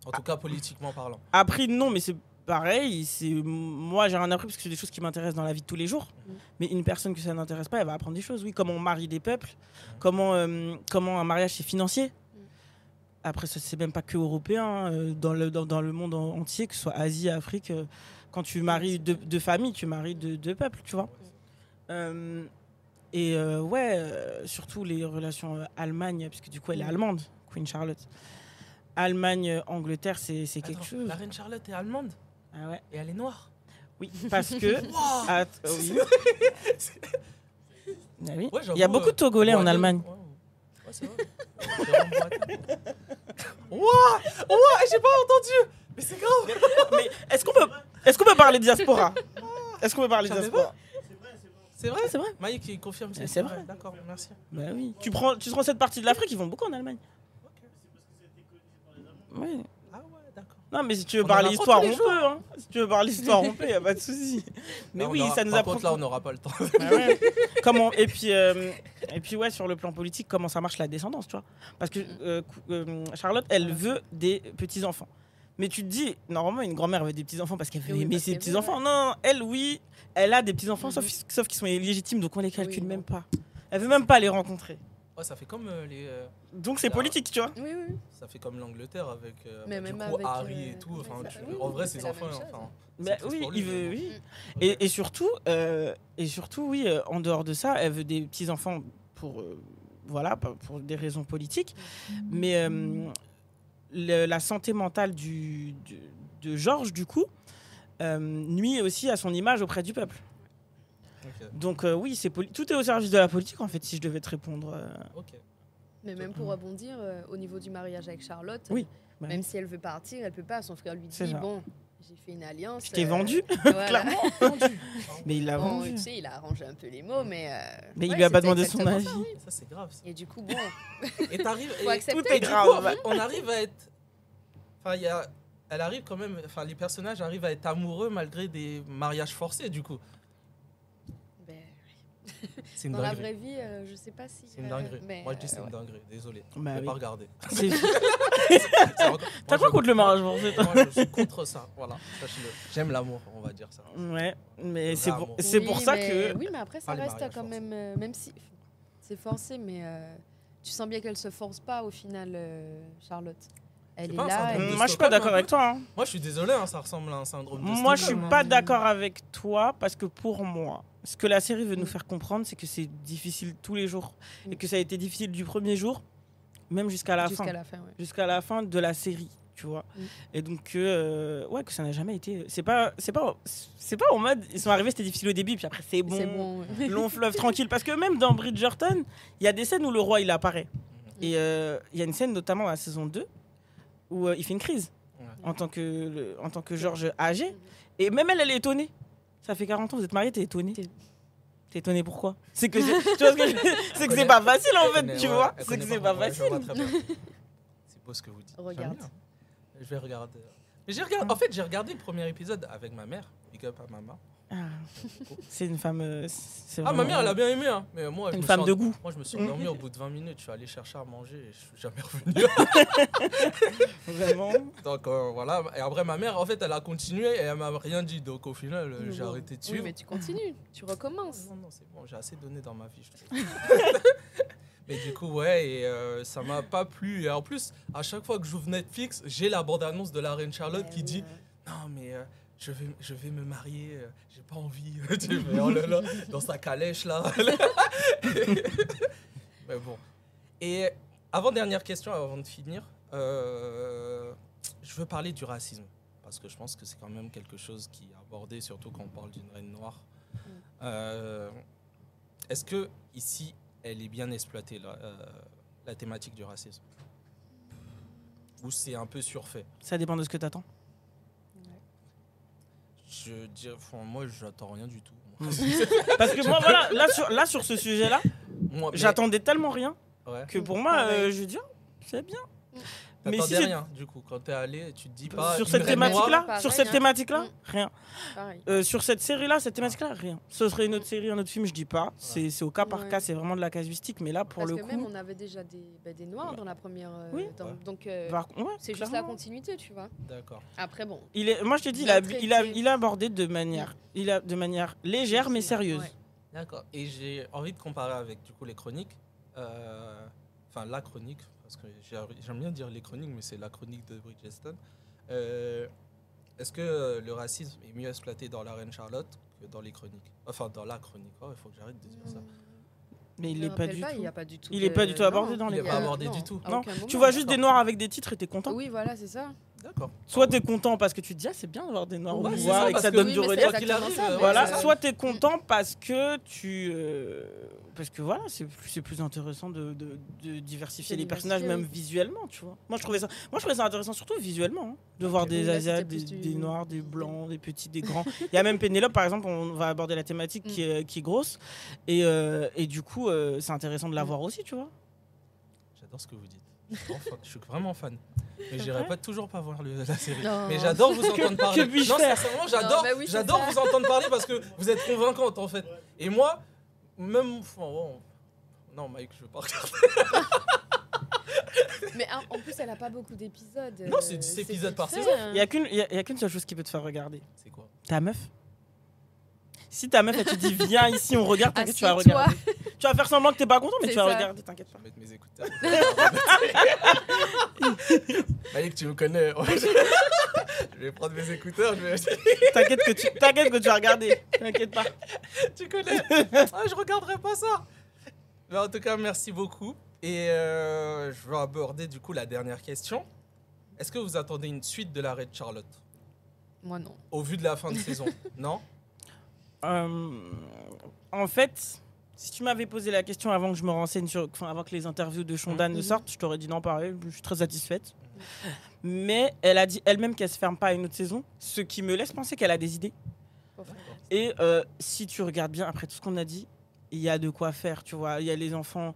Speaker 6: En tout cas, politiquement parlant.
Speaker 8: Après, non, mais c'est pareil. C'est moi, j'ai rien appris parce que c'est des choses qui m'intéressent dans la vie de tous les jours.
Speaker 7: Mhm.
Speaker 8: Mais une personne que ça n'intéresse pas, elle va apprendre des choses. Oui, comment on marie des peuples, comment euh, comment un mariage c'est financier.
Speaker 7: Mhm.
Speaker 8: Après, ça, c'est même pas que européen. hein, euh, Dans le dans, dans le monde en- entier, que ce soit Asie, Afrique, euh, quand tu maries deux, deux familles, tu maries deux, deux peuples, tu vois. Euh, Et euh, ouais, euh, surtout les relations euh, Allemagne, parce que du coup, elle est
Speaker 7: Mm.
Speaker 8: allemande, Queen Charlotte. Allemagne-Angleterre, c'est c'est quelque
Speaker 6: Attends,
Speaker 8: chose.
Speaker 6: La reine Charlotte est allemande
Speaker 8: Ah ouais.
Speaker 6: et elle est noire.
Speaker 8: Oui, parce que.
Speaker 6: Waouh
Speaker 8: Ah, t- oui. Ah oui.
Speaker 6: Ouais,
Speaker 8: Il y a
Speaker 6: j'avoue,
Speaker 8: beaucoup
Speaker 6: euh,
Speaker 8: de Togolais en
Speaker 6: Boiteux.
Speaker 8: Allemagne.
Speaker 6: Ouais, ouais. Ouais, c'est vrai. Jérôme Boiteux. Ouah Ouah J'ai pas entendu Mais c'est grave
Speaker 8: Mais est-ce qu'on peut, est-ce qu'on peut parler de diaspora Est-ce qu'on peut parler de
Speaker 6: J'avais
Speaker 8: diaspora
Speaker 6: C'est vrai
Speaker 8: C'est vrai.
Speaker 6: Maïk qui confirme
Speaker 8: Mais
Speaker 6: c'est
Speaker 8: Ah, c'est vrai.
Speaker 6: D'accord, merci.
Speaker 8: Bah oui. Tu prends, tu prends cette partie de l'Afrique, ils vont beaucoup en Allemagne. Ouais.
Speaker 6: Ah ouais, d'accord.
Speaker 8: Non, mais si tu veux
Speaker 6: On en
Speaker 8: parler histoire,
Speaker 6: apprend tous les
Speaker 8: on peut. hein. Si tu veux parler histoire, on peut. Y a pas de souci. Mais
Speaker 6: Là, on
Speaker 8: oui,
Speaker 6: aura-
Speaker 8: ça nous
Speaker 6: par
Speaker 8: apprend.
Speaker 6: contre, là, on n'aura pas le temps.
Speaker 8: Ah ouais. comment et puis euh, et puis ouais sur le plan politique comment ça marche la descendance tu vois parce que euh, cou- euh, Charlotte elle veut des petits enfants mais tu te dis normalement une grand-mère veut des petits enfants parce qu'elle veut
Speaker 7: Oui,
Speaker 8: aimer
Speaker 7: parce
Speaker 8: ses
Speaker 7: qu'elle
Speaker 8: petits
Speaker 7: veut,
Speaker 8: enfants non elle oui elle a des petits enfants sauf
Speaker 7: Mhm.
Speaker 8: sauf qu'ils sont illégitimes donc on les calcule
Speaker 7: Oui,
Speaker 8: même pas elle veut même pas les rencontrer
Speaker 6: Ouais, ça fait comme euh, les... euh,
Speaker 8: donc c'est
Speaker 6: Ah.
Speaker 8: politique tu vois
Speaker 7: Oui, oui, oui.
Speaker 6: Ça fait comme l'Angleterre avec euh,
Speaker 7: Mais
Speaker 6: bah, du
Speaker 7: même
Speaker 6: coup,
Speaker 7: avec,
Speaker 6: Harry
Speaker 7: euh,
Speaker 6: et tout.
Speaker 7: ouais,
Speaker 6: Enfin,
Speaker 7: ça-
Speaker 6: tu-
Speaker 7: oui,
Speaker 6: en vrai,
Speaker 7: c'est
Speaker 6: ses
Speaker 7: la
Speaker 6: enfants,
Speaker 7: même chose.
Speaker 6: enfin,
Speaker 8: Bah
Speaker 6: triste
Speaker 8: oui,
Speaker 6: pour lui,
Speaker 8: il veut,
Speaker 7: hein.
Speaker 6: mais bon.
Speaker 8: oui.
Speaker 6: Mm.
Speaker 8: Et, et surtout, euh, et surtout, oui, euh, en dehors de ça, elle veut des petits enfants pour, euh, voilà, pa- pour des raisons politiques,
Speaker 7: Mm.
Speaker 8: mais euh, le- la santé mentale du, du- de Georges, du coup, euh, nuit aussi à son image auprès du peuple.
Speaker 6: ok.
Speaker 8: Donc euh, oui, c'est poli- tout est au service de la politique en fait. Si je devais te répondre, euh,
Speaker 6: ok.
Speaker 7: Mais même pour rebondir euh, au niveau du mariage avec Charlotte,
Speaker 8: mm. Oui,
Speaker 7: euh,
Speaker 8: bah
Speaker 7: même
Speaker 8: oui.
Speaker 7: si elle veut partir, elle peut pas. Son frère lui
Speaker 8: C'est
Speaker 7: dit
Speaker 8: ça.
Speaker 7: bon, j'ai fait une alliance.
Speaker 8: ce qui est
Speaker 7: euh,
Speaker 8: vendu,
Speaker 7: voilà.
Speaker 8: clairement.
Speaker 6: Vendu.
Speaker 8: mais il l'a
Speaker 7: Bon,
Speaker 8: vendu.
Speaker 7: tu sais, il a arrangé un peu les mots, mais. euh,
Speaker 8: Mais il
Speaker 7: ouais,
Speaker 8: lui a pas
Speaker 7: c'était
Speaker 8: demandé son
Speaker 7: exactement
Speaker 8: avis.
Speaker 6: Ça,
Speaker 7: ça.
Speaker 6: c'est grave. ça.
Speaker 7: Et du coup, bon,
Speaker 6: Et t'arrives...
Speaker 7: faut
Speaker 6: et-
Speaker 7: accepter.
Speaker 8: Tout est
Speaker 6: Et du
Speaker 8: grave.
Speaker 6: coup, on- on arrive à être. Enfin, il y a. Elle arrive quand même. Enfin, les personnages arrivent à être amoureux malgré des mariages forcés, du coup.
Speaker 7: Ben,
Speaker 6: C'est une
Speaker 7: dans la
Speaker 6: dinguerie.
Speaker 7: vraie vie, euh, je sais pas si.
Speaker 6: C'est une
Speaker 7: euh,
Speaker 6: dinguerie.
Speaker 7: mais,
Speaker 6: Moi, je dis c'est
Speaker 7: euh,
Speaker 6: une dinguerie. Désolé.
Speaker 8: Bah
Speaker 6: je vais
Speaker 8: oui.
Speaker 6: pas regarder.
Speaker 8: C'est-
Speaker 6: C'est encore-
Speaker 8: T'as quoi
Speaker 6: moi, je-
Speaker 8: contre le mariage forcé, toi
Speaker 6: Moi, je suis contre ça. Voilà. Sache-le. J'aime l'amour, on va dire ça.
Speaker 8: Ouais, mais c'est pour,
Speaker 6: Vraiment.
Speaker 8: c'est
Speaker 7: oui,
Speaker 8: pour ça
Speaker 7: mais-
Speaker 8: que. Ah,
Speaker 7: Oui, mais après, ça
Speaker 6: Pas les
Speaker 7: reste
Speaker 6: mariages
Speaker 7: quand
Speaker 6: forcés.
Speaker 7: même. euh, même si. C'est forcé, mais euh, tu sens bien qu'elle se force pas au final, euh, Charlotte. Elle
Speaker 6: C'est
Speaker 7: est,
Speaker 6: pas un
Speaker 7: là.
Speaker 6: syndrome
Speaker 7: elle-
Speaker 6: de
Speaker 8: Moi, je suis pas
Speaker 6: Stockholm,
Speaker 8: d'accord
Speaker 6: un
Speaker 8: avec
Speaker 6: peu
Speaker 8: toi. hein.
Speaker 6: Moi, je suis désolé, hein, ça ressemble à un syndrome de
Speaker 8: Moi, je suis
Speaker 6: Stockholm, hein.
Speaker 8: pas d'accord avec toi parce que pour moi, ce que la série veut nous
Speaker 7: Mm.
Speaker 8: faire comprendre, c'est que c'est difficile tous les jours
Speaker 7: Mm.
Speaker 8: et que ça a été difficile du premier jour, même jusqu'à la
Speaker 7: Jusqu'à
Speaker 8: fin,
Speaker 7: la fin, ouais.
Speaker 8: jusqu'à la fin de la série, tu vois.
Speaker 7: Mm.
Speaker 8: Et donc que euh, ouais, que ça n'a jamais été. C'est pas, c'est pas, c'est pas en mode ils sont arrivés, c'était difficile au début, puis après c'est bon,
Speaker 7: C'est bon. ouais.
Speaker 8: long fleuve tranquille. Parce que même dans Bridgerton, il y a des scènes où le roi il apparaît.
Speaker 7: Mm.
Speaker 8: Et euh, il y a une scène notamment dans la saison 2 où euh, il fait une crise
Speaker 6: Ouais.
Speaker 8: en tant que le- en tant que Georges âgé. Et même elle, elle est étonnée. Ça fait 40 ans, vous êtes mariés, t'es étonnée.
Speaker 7: T'es-
Speaker 8: T'es étonnée pourquoi C'est que c'est tu vois ce que je- c'est que c'est pas facile en fait,
Speaker 6: connaît,
Speaker 8: tu
Speaker 6: ouais,
Speaker 8: vois
Speaker 6: elle
Speaker 8: C'est que
Speaker 6: connaît
Speaker 8: c'est pas
Speaker 6: moi, ouais, je
Speaker 8: facile.
Speaker 6: vois très bien. C'est beau ce que vous dites. J'aime
Speaker 7: Regarde.
Speaker 6: bien. Je vais regarder. Mais j'ai regardé. En fait, j'ai regardé le premier épisode avec ma mère. Big up à maman.
Speaker 8: Ah, C'est une femme. euh, c'est
Speaker 6: Ah, ma
Speaker 8: vraiment-
Speaker 6: mère, elle a bien aimé. Hein. Mais moi, je
Speaker 8: Une
Speaker 6: me
Speaker 8: femme
Speaker 6: suis
Speaker 8: de
Speaker 6: endormi-
Speaker 8: goût.
Speaker 6: Moi, je me suis endormi au bout de 20 minutes. Je suis allé chercher à manger et je suis jamais revenu.
Speaker 8: Vraiment.
Speaker 6: Donc euh, voilà. Et après, ma mère, en fait, elle a continué et elle m'a rien dit. Donc au final, euh,
Speaker 7: Oui,
Speaker 6: j'ai
Speaker 7: oui.
Speaker 6: arrêté de
Speaker 7: Oui,
Speaker 6: suivre.
Speaker 7: mais tu continues, tu recommences.
Speaker 6: Non, non, c'est bon. J'ai assez donné dans ma vie, je trouve. mais du coup, ouais, et euh, ça m'a pas plu. Et en plus, à chaque fois que j'ouvre Netflix, j'ai la bande-annonce de la reine Charlotte
Speaker 7: Ouais,
Speaker 6: qui
Speaker 7: oui,
Speaker 6: dit
Speaker 7: ouais.
Speaker 6: Non, mais euh, je, vais, je vais me marier, euh, j'ai pas envie. tu fais, oh là là, dans sa calèche là. mais bon. Et avant-dernière question, avant de finir, euh, je veux parler du racisme. Parce que je pense que c'est quand même quelque chose qui est abordé, surtout quand on parle d'une reine noire. Euh, Est-ce que ici, elle est bien exploitée, la, euh, la thématique du racisme Ou c'est un peu surfait
Speaker 8: Ça dépend de ce que t'attends.
Speaker 6: Je dirais, enfin, moi, j'attends rien du tout.
Speaker 8: Hmm. Parce que moi, voilà, là sur, là, sur ce sujet-là,
Speaker 6: Moi, mais-
Speaker 8: j'attendais tellement rien
Speaker 6: Ouais.
Speaker 8: que pour moi,
Speaker 7: Pareil.
Speaker 8: euh, je dis, ah, c'est bien. Mais si
Speaker 6: T'attendais
Speaker 8: c'est-
Speaker 6: rien, du coup. Quand t'es allé, tu te dis pas.
Speaker 8: sur
Speaker 6: une
Speaker 8: cette
Speaker 6: reine noire,
Speaker 8: thématique-là,
Speaker 7: pareil,
Speaker 8: sur cette
Speaker 7: hein.
Speaker 8: thématique-là,
Speaker 7: Mm.
Speaker 8: rien.
Speaker 7: Pareil.
Speaker 8: Euh, sur cette série-là, cette thématique-là, rien. Ce serait une autre série, un autre film, je dis pas. C'est c'est au cas par
Speaker 7: Ouais.
Speaker 8: cas, c'est vraiment de la casuistique. Mais là, pour
Speaker 7: Parce
Speaker 8: le
Speaker 7: que
Speaker 8: coup,
Speaker 7: même on avait déjà des, bah, des noirs
Speaker 8: Ouais.
Speaker 7: dans la première. euh,
Speaker 8: Oui.
Speaker 7: dans-
Speaker 6: Ouais.
Speaker 7: Donc euh,
Speaker 8: par- ouais, Bah,
Speaker 7: c'est juste la
Speaker 8: clairement.
Speaker 7: continuité, tu vois.
Speaker 6: D'accord.
Speaker 7: Après bon.
Speaker 8: Il est, moi, je te dis, il
Speaker 7: Bien
Speaker 8: a, il a,
Speaker 7: traité.
Speaker 8: il a abordé de manière, il a, de manière légère mais sérieuse.
Speaker 7: Ouais.
Speaker 6: D'accord. Et j'ai envie de comparer avec, du coup, les chroniques. Euh, Enfin, la chronique. Parce que j'ai- j'aime bien dire les chroniques, mais c'est la chronique de Bridgestone. Euh, Est-ce que euh, le racisme
Speaker 8: Hmm.
Speaker 6: est mieux exploité dans La Reine Charlotte que dans les chroniques Enfin, dans la chronique. Oh, il faut que j'arrête de dire ça.
Speaker 8: Mais il
Speaker 7: Je
Speaker 8: est
Speaker 7: me
Speaker 8: pas
Speaker 7: rappelle
Speaker 8: du
Speaker 7: il
Speaker 8: tout.
Speaker 7: y a pas du tout.
Speaker 8: Il est pas du tout abordé dans
Speaker 6: les- Il est
Speaker 7: y a-
Speaker 6: pas abordé
Speaker 7: non,
Speaker 6: du tout.
Speaker 7: à
Speaker 8: Non,
Speaker 7: aucun
Speaker 8: Tu
Speaker 7: moment.
Speaker 8: vois juste des noirs avec des titres et t'es content.
Speaker 7: Oui, voilà, c'est ça.
Speaker 6: D'accord.
Speaker 8: Soit t'es content parce que tu te dis ah c'est bien d'avoir des noirs au
Speaker 6: Ouais, c'est
Speaker 8: pouvoir
Speaker 6: ça,
Speaker 8: et que
Speaker 6: parce
Speaker 8: ça
Speaker 6: que
Speaker 8: donne
Speaker 6: oui,
Speaker 8: du
Speaker 6: mais
Speaker 8: relief.
Speaker 6: c'est Quoi qu'il arrive,
Speaker 7: exactement ça, mais
Speaker 8: euh, Voilà,
Speaker 7: c'est ça.
Speaker 8: soit t'es content parce que tu. euh, parce que voilà, c'est plus, c'est plus intéressant de, de- de diversifier
Speaker 7: De
Speaker 8: les personnages,
Speaker 7: diversifier,
Speaker 8: même
Speaker 7: oui.
Speaker 8: visuellement, tu vois. Moi je, trouvais ça, moi, je trouvais ça intéressant, surtout visuellement, hein, de voir
Speaker 7: Oui,
Speaker 8: des
Speaker 7: là,
Speaker 8: Asiates,
Speaker 7: c'était
Speaker 8: des,
Speaker 7: plus
Speaker 8: des
Speaker 7: du-
Speaker 8: Noirs, des Blancs, des petits, des grands. Il y a même Pénélope, par exemple, on va aborder la thématique
Speaker 7: Mm.
Speaker 8: qui, est, qui est grosse. Et, euh, et du coup, euh, c'est intéressant de la
Speaker 7: Mm.
Speaker 8: voir aussi, tu vois.
Speaker 6: J'adore ce que vous dites. Enfin, je suis vraiment fan. Mais
Speaker 8: C'est
Speaker 6: j'irai
Speaker 8: vrai
Speaker 6: pas toujours pas voir le- la série.
Speaker 7: Non.
Speaker 6: Mais j'adore vous entendre parler.
Speaker 8: que puis-je
Speaker 6: non,
Speaker 8: faire
Speaker 6: sincèrement, j'adore,
Speaker 7: bah oui, c'est
Speaker 6: j'adore
Speaker 7: ça.
Speaker 6: vous entendre parler parce que vous êtes convaincante en fait. Et moi, même. enfin, bon, non, Mike, je veux pas regarder.
Speaker 7: Mais hein, en plus, elle a pas beaucoup d'épisodes.
Speaker 6: Non,
Speaker 7: euh,
Speaker 6: c'est dix
Speaker 7: c'est
Speaker 6: épisodes
Speaker 7: vite
Speaker 6: par
Speaker 7: fait,
Speaker 6: saison.
Speaker 7: hein.
Speaker 8: Il n'y a qu'une il y a- il y a qu'une seule chose qui peut te faire regarder
Speaker 6: C'est quoi
Speaker 8: ta meuf. Si ta meuf, elle te dit viens ici, on regarde, t'inquiète, tu vas
Speaker 7: Assieds-toi.
Speaker 8: regarder. Tu vas faire semblant que t'es pas content, mais
Speaker 7: C'est
Speaker 8: tu vas
Speaker 7: ça.
Speaker 8: regarder, t'inquiète
Speaker 6: Je
Speaker 8: pas.
Speaker 6: vais mettre mes écouteurs. Mike, tu me connais. je vais prendre mes écouteurs. Je vais...
Speaker 8: T'inquiète que tu, t'inquiète que tu vas regarder. T'inquiète pas.
Speaker 6: tu connais. Ah, je regarderai pas ça. Mais en tout cas, merci beaucoup. Et euh, je vais aborder du coup la dernière question. Est-ce que vous attendez une suite de l'arrêt de Charlotte
Speaker 7: Moi, non.
Speaker 6: au vu de la fin de saison Non
Speaker 8: Euh, en fait, si tu m'avais posé la question avant que je me renseigne sur, enfin, avant que les interviews de Shonda ne
Speaker 7: Mhm.
Speaker 8: sortent, je t'aurais dit non, pareil, je suis très satisfaite. Mais elle a dit elle-même qu'elle se ferme pas à une autre saison, ce qui me laisse penser qu'elle a des idées. Et euh, si tu regardes bien, après tout ce qu'on a dit, il y a de quoi faire, tu vois. Il y a les enfants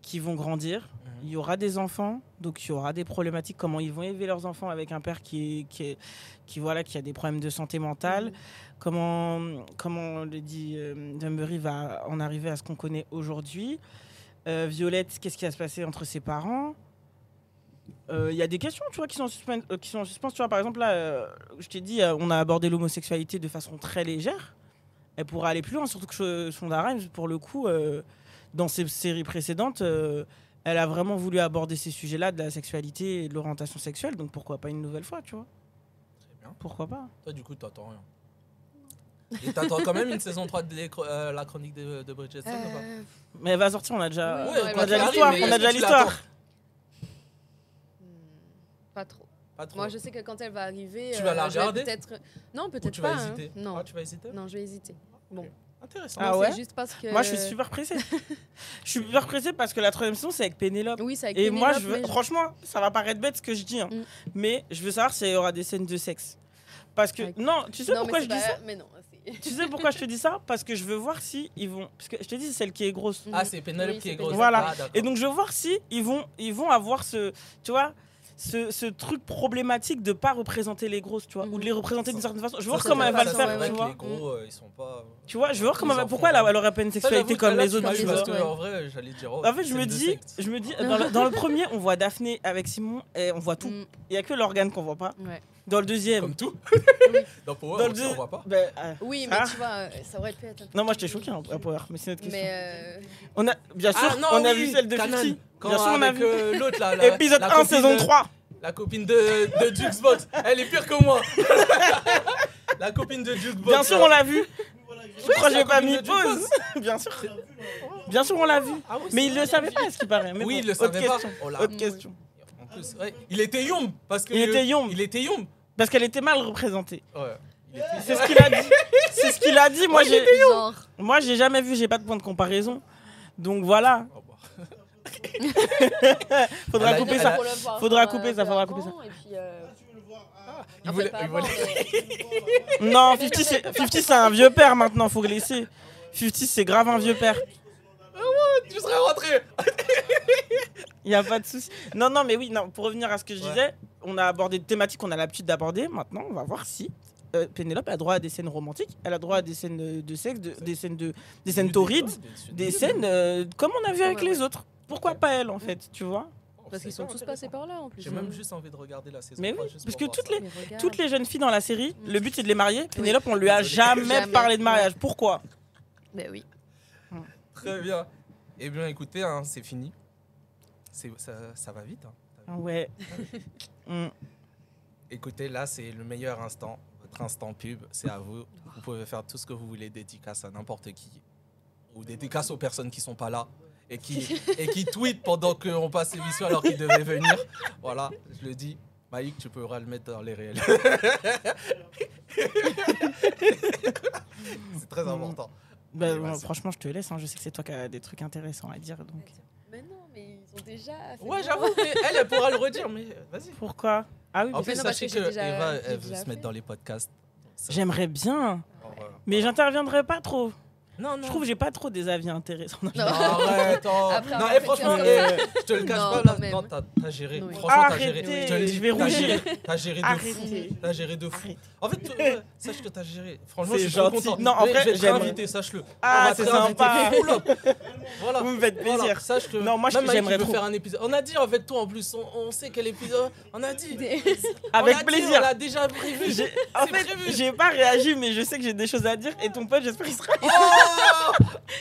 Speaker 8: qui vont grandir. Il y aura des enfants, donc il y aura des problématiques. Comment ils vont élever leurs enfants avec un père qui, est- qui, est- qui, voilà, qui a des problèmes de santé mentale. Comment, comment on le dit, euh, Dunbury va en arriver à ce qu'on connaît aujourd'hui. Euh, Violette, qu'est-ce qui va se passer entre ses parents Euh, Il y a des questions, tu vois, qui sont en suspens. euh, qui sont en suspens. Tu vois, par exemple, là, euh, je t'ai dit, euh, on a abordé l'homosexualité de façon très légère. Elle pourra aller plus loin, surtout que Sh- Shonda Rhimes, pour le coup, euh, dans ses séries précédentes, euh, elle a vraiment voulu aborder ces sujets-là de la sexualité et de l'orientation sexuelle. Donc pourquoi pas une nouvelle fois, tu vois
Speaker 6: Très bien.
Speaker 8: Pourquoi pas
Speaker 6: Toi, du coup, t'attends rien. Et t'attends quand même une saison 3 de les- euh, la chronique de, de Bridgerton ou pas
Speaker 7: Euh,
Speaker 8: Mais elle va sortir, on a déjà,
Speaker 7: Oui,
Speaker 8: on
Speaker 7: ouais,
Speaker 8: a
Speaker 7: bah,
Speaker 8: déjà
Speaker 7: ça
Speaker 8: l'histoire.
Speaker 7: arrive, mais
Speaker 8: On a
Speaker 6: est-ce que
Speaker 8: déjà
Speaker 6: tu
Speaker 8: l'histoire.
Speaker 6: l'attends
Speaker 7: hmm, Pas trop.
Speaker 6: Pas trop.
Speaker 7: Moi, je sais que quand elle va arriver. euh,
Speaker 6: Tu vas la
Speaker 7: je vais
Speaker 6: regarder
Speaker 7: peut-être... Non,
Speaker 6: Ou
Speaker 7: peut-être
Speaker 6: tu
Speaker 7: pas.
Speaker 6: vas
Speaker 7: hein.
Speaker 6: hésiter
Speaker 7: Non.
Speaker 6: Ah, tu vas hésiter
Speaker 7: non, je vais hésiter. Bon.
Speaker 6: Intéressant.
Speaker 8: Ah
Speaker 7: Non,
Speaker 8: ouais
Speaker 7: C'est juste parce que.
Speaker 8: Moi, je suis super pressée. je suis super pressée parce que la troisième saison, c'est avec Pénélope.
Speaker 7: Oui, c'est avec
Speaker 8: Et moi,
Speaker 7: Pénélope,
Speaker 8: je veux...
Speaker 7: mais
Speaker 8: franchement, ça va paraître bête ce que je dis, hein.
Speaker 7: Mm.
Speaker 8: mais je veux savoir s'il y aura des scènes de sexe. Parce que
Speaker 7: Avec-
Speaker 8: non, tu sais
Speaker 7: Non, mais
Speaker 8: pourquoi
Speaker 7: c'est
Speaker 8: je dis
Speaker 7: pas-
Speaker 8: ça
Speaker 7: Mais non, c'est.
Speaker 8: Tu sais pourquoi je te dis ça Parce que je veux voir si ils vont. Parce que je te dis, c'est celle qui est grosse.
Speaker 6: Ah, c'est Penelope
Speaker 7: Oui,
Speaker 6: qui
Speaker 7: c'est
Speaker 6: est grosse.
Speaker 8: Pénélope. Voilà.
Speaker 6: Ah, d'accord.
Speaker 8: Et donc je veux voir si ils vont, ils vont avoir ce, tu vois, ce, ce truc problématique de pas représenter les grosses, tu vois,
Speaker 7: Mhm.
Speaker 8: ou de les représenter d'une certaine façon. Je veux voir
Speaker 6: Ça,
Speaker 8: comment
Speaker 6: c'est
Speaker 8: elle va
Speaker 6: pas
Speaker 8: le
Speaker 6: ça,
Speaker 7: façon,
Speaker 8: faire,
Speaker 6: c'est vrai
Speaker 8: tu
Speaker 6: que
Speaker 8: vois.
Speaker 6: Les gros, euh, ils sont pas.
Speaker 8: Tu vois, je veux voir
Speaker 6: Ils
Speaker 8: comment,
Speaker 6: en
Speaker 8: elle-
Speaker 6: font
Speaker 8: pourquoi elle, a-
Speaker 6: vraiment.
Speaker 8: elle aurait pas une
Speaker 6: Ça, j'avoue
Speaker 8: sexualité
Speaker 6: que
Speaker 8: comme
Speaker 6: là,
Speaker 8: les
Speaker 6: tu
Speaker 8: autres.
Speaker 6: m'as
Speaker 8: tu
Speaker 6: dit,
Speaker 7: les
Speaker 8: vois.
Speaker 6: parce que,
Speaker 7: autres, ouais.
Speaker 6: En vrai, j'allais dire. oh,
Speaker 8: En fait, je
Speaker 6: c'est
Speaker 8: me
Speaker 6: deux
Speaker 8: dis,
Speaker 6: sectes.
Speaker 8: je me dis, dans le, dans le premier, on voit Daphné avec Simon et on voit tout.
Speaker 7: Mm,
Speaker 8: Il y a que l'organe qu'on voit pas.
Speaker 7: ouais.
Speaker 8: Dans le deuxième,
Speaker 6: Comme tout. Dans Power,
Speaker 8: Dans
Speaker 6: on
Speaker 8: le
Speaker 6: aussi,
Speaker 8: deux-
Speaker 6: on voit pas.
Speaker 8: ben, euh,
Speaker 7: Oui, mais
Speaker 8: Ah.
Speaker 7: tu vois, euh, ça aurait pu être. un peu
Speaker 8: non, moi, je
Speaker 7: plus
Speaker 8: t'ai choqué hein, à Power, mais c'est notre question.
Speaker 7: Mais. euh,
Speaker 8: On a, bien sûr,
Speaker 6: Ah, non,
Speaker 8: on a
Speaker 6: oui,
Speaker 8: vu celle de
Speaker 6: Canon.
Speaker 8: Fifty.
Speaker 6: Quand
Speaker 8: Bien sûr, on a
Speaker 6: avec,
Speaker 8: vu.
Speaker 6: euh, l'autre là. la-
Speaker 8: Épisode
Speaker 6: la
Speaker 8: 1,
Speaker 6: copine
Speaker 8: saison
Speaker 6: de-
Speaker 8: 3.
Speaker 6: La copine de, de Jukebox. Elle est pire que moi. la copine de Jukebox.
Speaker 8: Bien sûr,
Speaker 6: là.
Speaker 8: on l'a vu. Pourquoi
Speaker 6: euh. c'est
Speaker 8: j'ai
Speaker 6: la
Speaker 8: pas
Speaker 6: copine
Speaker 8: mis
Speaker 6: de Jukebox.
Speaker 8: pause Bien sûr. Bien sûr, on l'a vu.
Speaker 6: Ah oui, c'est
Speaker 8: Mais il
Speaker 6: vrai.
Speaker 8: le savait pas, à ce qui paraît. Mais
Speaker 6: Oui,
Speaker 8: bon,
Speaker 6: il le
Speaker 8: autre
Speaker 6: savait pas.
Speaker 8: question.
Speaker 6: On l'a.
Speaker 8: Autre question.
Speaker 6: En plus, ouais. Il était Yom. Parce que
Speaker 8: Il était Yom.
Speaker 6: Il était Yom.
Speaker 8: Parce qu'elle était mal représentée.
Speaker 6: Ouais. Il était-
Speaker 8: C'est ce qu'il a dit. C'est ce qu'il a dit. Moi, j'ai,
Speaker 7: Genre.
Speaker 8: moi, j'ai jamais vu. J'ai pas de point de comparaison. Donc voilà.
Speaker 6: Oh, bah.
Speaker 8: Faudra
Speaker 6: Elle a-
Speaker 7: Bah,
Speaker 8: couper
Speaker 6: elle
Speaker 8: ça.
Speaker 6: a-
Speaker 8: Faudra couper ça, faudra couper ça.
Speaker 7: Et puis, euh,
Speaker 6: Il
Speaker 7: en
Speaker 6: voulait.
Speaker 7: fait, pas
Speaker 6: il voulait-
Speaker 7: avant, mais-
Speaker 8: Non, 50, c'est 50, c'est un vieux père maintenant, faut le laisser. 50, c'est grave un vieux père.
Speaker 6: Tu serais rentré.
Speaker 8: Il n'y a pas de souci. Non, non, mais oui, non, pour revenir à ce que je
Speaker 6: Ouais.
Speaker 8: disais, on a abordé des thématiques qu'on a l'habitude d'aborder. Maintenant, on va voir si euh, Pénélope a droit à des scènes romantiques, elle a droit à des scènes euh, de sexe, de- des scènes de, des scènes torrides, des scènes euh, comme on a vu avec
Speaker 7: Ouais,
Speaker 8: les autres. Pourquoi
Speaker 6: Ok.
Speaker 8: pas elle, en fait, tu vois
Speaker 7: Parce qu'ils sont tous passés par là en plus. Mm.
Speaker 6: J'ai même juste envie de regarder la saison.
Speaker 8: Mais
Speaker 6: trois,
Speaker 8: oui,
Speaker 6: juste
Speaker 8: parce
Speaker 6: pour
Speaker 8: que
Speaker 6: voir
Speaker 8: toutes
Speaker 6: ça.
Speaker 8: les,
Speaker 7: Mais regarde.
Speaker 8: toutes les jeunes filles dans la série,
Speaker 7: Mm.
Speaker 8: le but c'est de les marier. Pénélope, on lui a
Speaker 6: Désolé.
Speaker 8: jamais,
Speaker 7: Jamais.
Speaker 8: parlé de mariage. Pourquoi
Speaker 7: Ben oui.
Speaker 6: Très bien. Eh bien, écoutez, hein, c'est fini. C'est- Ça, ça va vite. hein.
Speaker 8: Ouais. Mm.
Speaker 6: Écoutez, là, c'est le meilleur instant. Votre instant pub, c'est à vous. Vous pouvez faire tout ce que vous voulez, dédicace à n'importe qui. ou des dédicaces aux personnes qui sont pas là et qui, et qui tweetent pendant qu'on passe l'émission alors qu'ils devaient venir. Voilà, je le dis. Malik, tu pourras le mettre dans les réels. C'est très important.
Speaker 8: Bah,
Speaker 6: Et voilà,
Speaker 8: bon,
Speaker 6: c'est-
Speaker 8: franchement, je te laisse. hein, Je sais que c'est toi qui as des trucs intéressants à dire. Donc.
Speaker 7: Mais non, mais ils ont déjà. fait
Speaker 6: Ouais,
Speaker 7: ça.
Speaker 6: j'avoue, mais elle, elle pourra le redire, mais euh, vas-y.
Speaker 8: Pourquoi Ah oui,
Speaker 6: En
Speaker 8: parce
Speaker 6: plus,
Speaker 7: non, parce
Speaker 6: sachez
Speaker 7: que
Speaker 6: que,
Speaker 7: j'ai déjà-
Speaker 6: Eva,
Speaker 7: j'ai
Speaker 6: elle veut
Speaker 7: déjà
Speaker 6: se
Speaker 7: fait.
Speaker 6: mettre dans les podcasts. Donc,
Speaker 8: que
Speaker 6: ça-
Speaker 8: j'aimerais bien,
Speaker 6: Alors, euh, voilà.
Speaker 8: mais j'interviendrai pas trop.
Speaker 6: Non, non.
Speaker 8: Je trouve que j'ai pas trop des avis intéressants.
Speaker 7: Non.
Speaker 6: Arrête, oh.
Speaker 7: Après, on
Speaker 6: non,
Speaker 7: va
Speaker 6: eh,
Speaker 7: faire
Speaker 6: franchement,
Speaker 7: comme
Speaker 6: eh, je te le cache
Speaker 7: Non,
Speaker 6: pas,
Speaker 7: quand
Speaker 6: là,
Speaker 7: même.
Speaker 6: non, t'as t'as géré.
Speaker 7: Oui.
Speaker 6: Franchement, t'as
Speaker 8: Arrêtez,
Speaker 6: géré. Je te le dis,
Speaker 8: je vais
Speaker 6: t'as
Speaker 8: rougir.
Speaker 6: géré- T'as géré de fou.
Speaker 8: Arrêtez.
Speaker 6: T'as géré de fou.
Speaker 8: Arrêtez.
Speaker 6: En fait, euh, sache que t'as géré. Franchement,
Speaker 8: C'est
Speaker 6: je suis trop
Speaker 8: gentil.
Speaker 6: content.
Speaker 8: Non, en
Speaker 6: Mais
Speaker 8: vrai,
Speaker 6: je vais te
Speaker 8: j'aimerais-
Speaker 6: réinviter, sache-le.
Speaker 8: Ah,
Speaker 6: On va
Speaker 8: c'est
Speaker 6: te réinviter.
Speaker 8: sympa.
Speaker 6: Full up. Voilà.
Speaker 8: Vous me faites
Speaker 6: Voilà,
Speaker 8: plaisir.
Speaker 6: sache que
Speaker 8: Non, moi, je-
Speaker 6: même Mike, il
Speaker 8: j'aimerais
Speaker 6: veut
Speaker 8: trop.
Speaker 6: faire un épisode. On a dit avec toi en plus, on, on sait quel épisode. On a dit.
Speaker 8: Avec
Speaker 6: On a dit,
Speaker 8: plaisir.
Speaker 6: on l'a déjà prévu.
Speaker 8: J'ai- En
Speaker 6: C'est
Speaker 8: fait,
Speaker 6: prévu.
Speaker 8: j'ai pas réagi, mais je sais que j'ai des choses à dire. Et ton pote, j'espère qu'il sera,
Speaker 6: Oh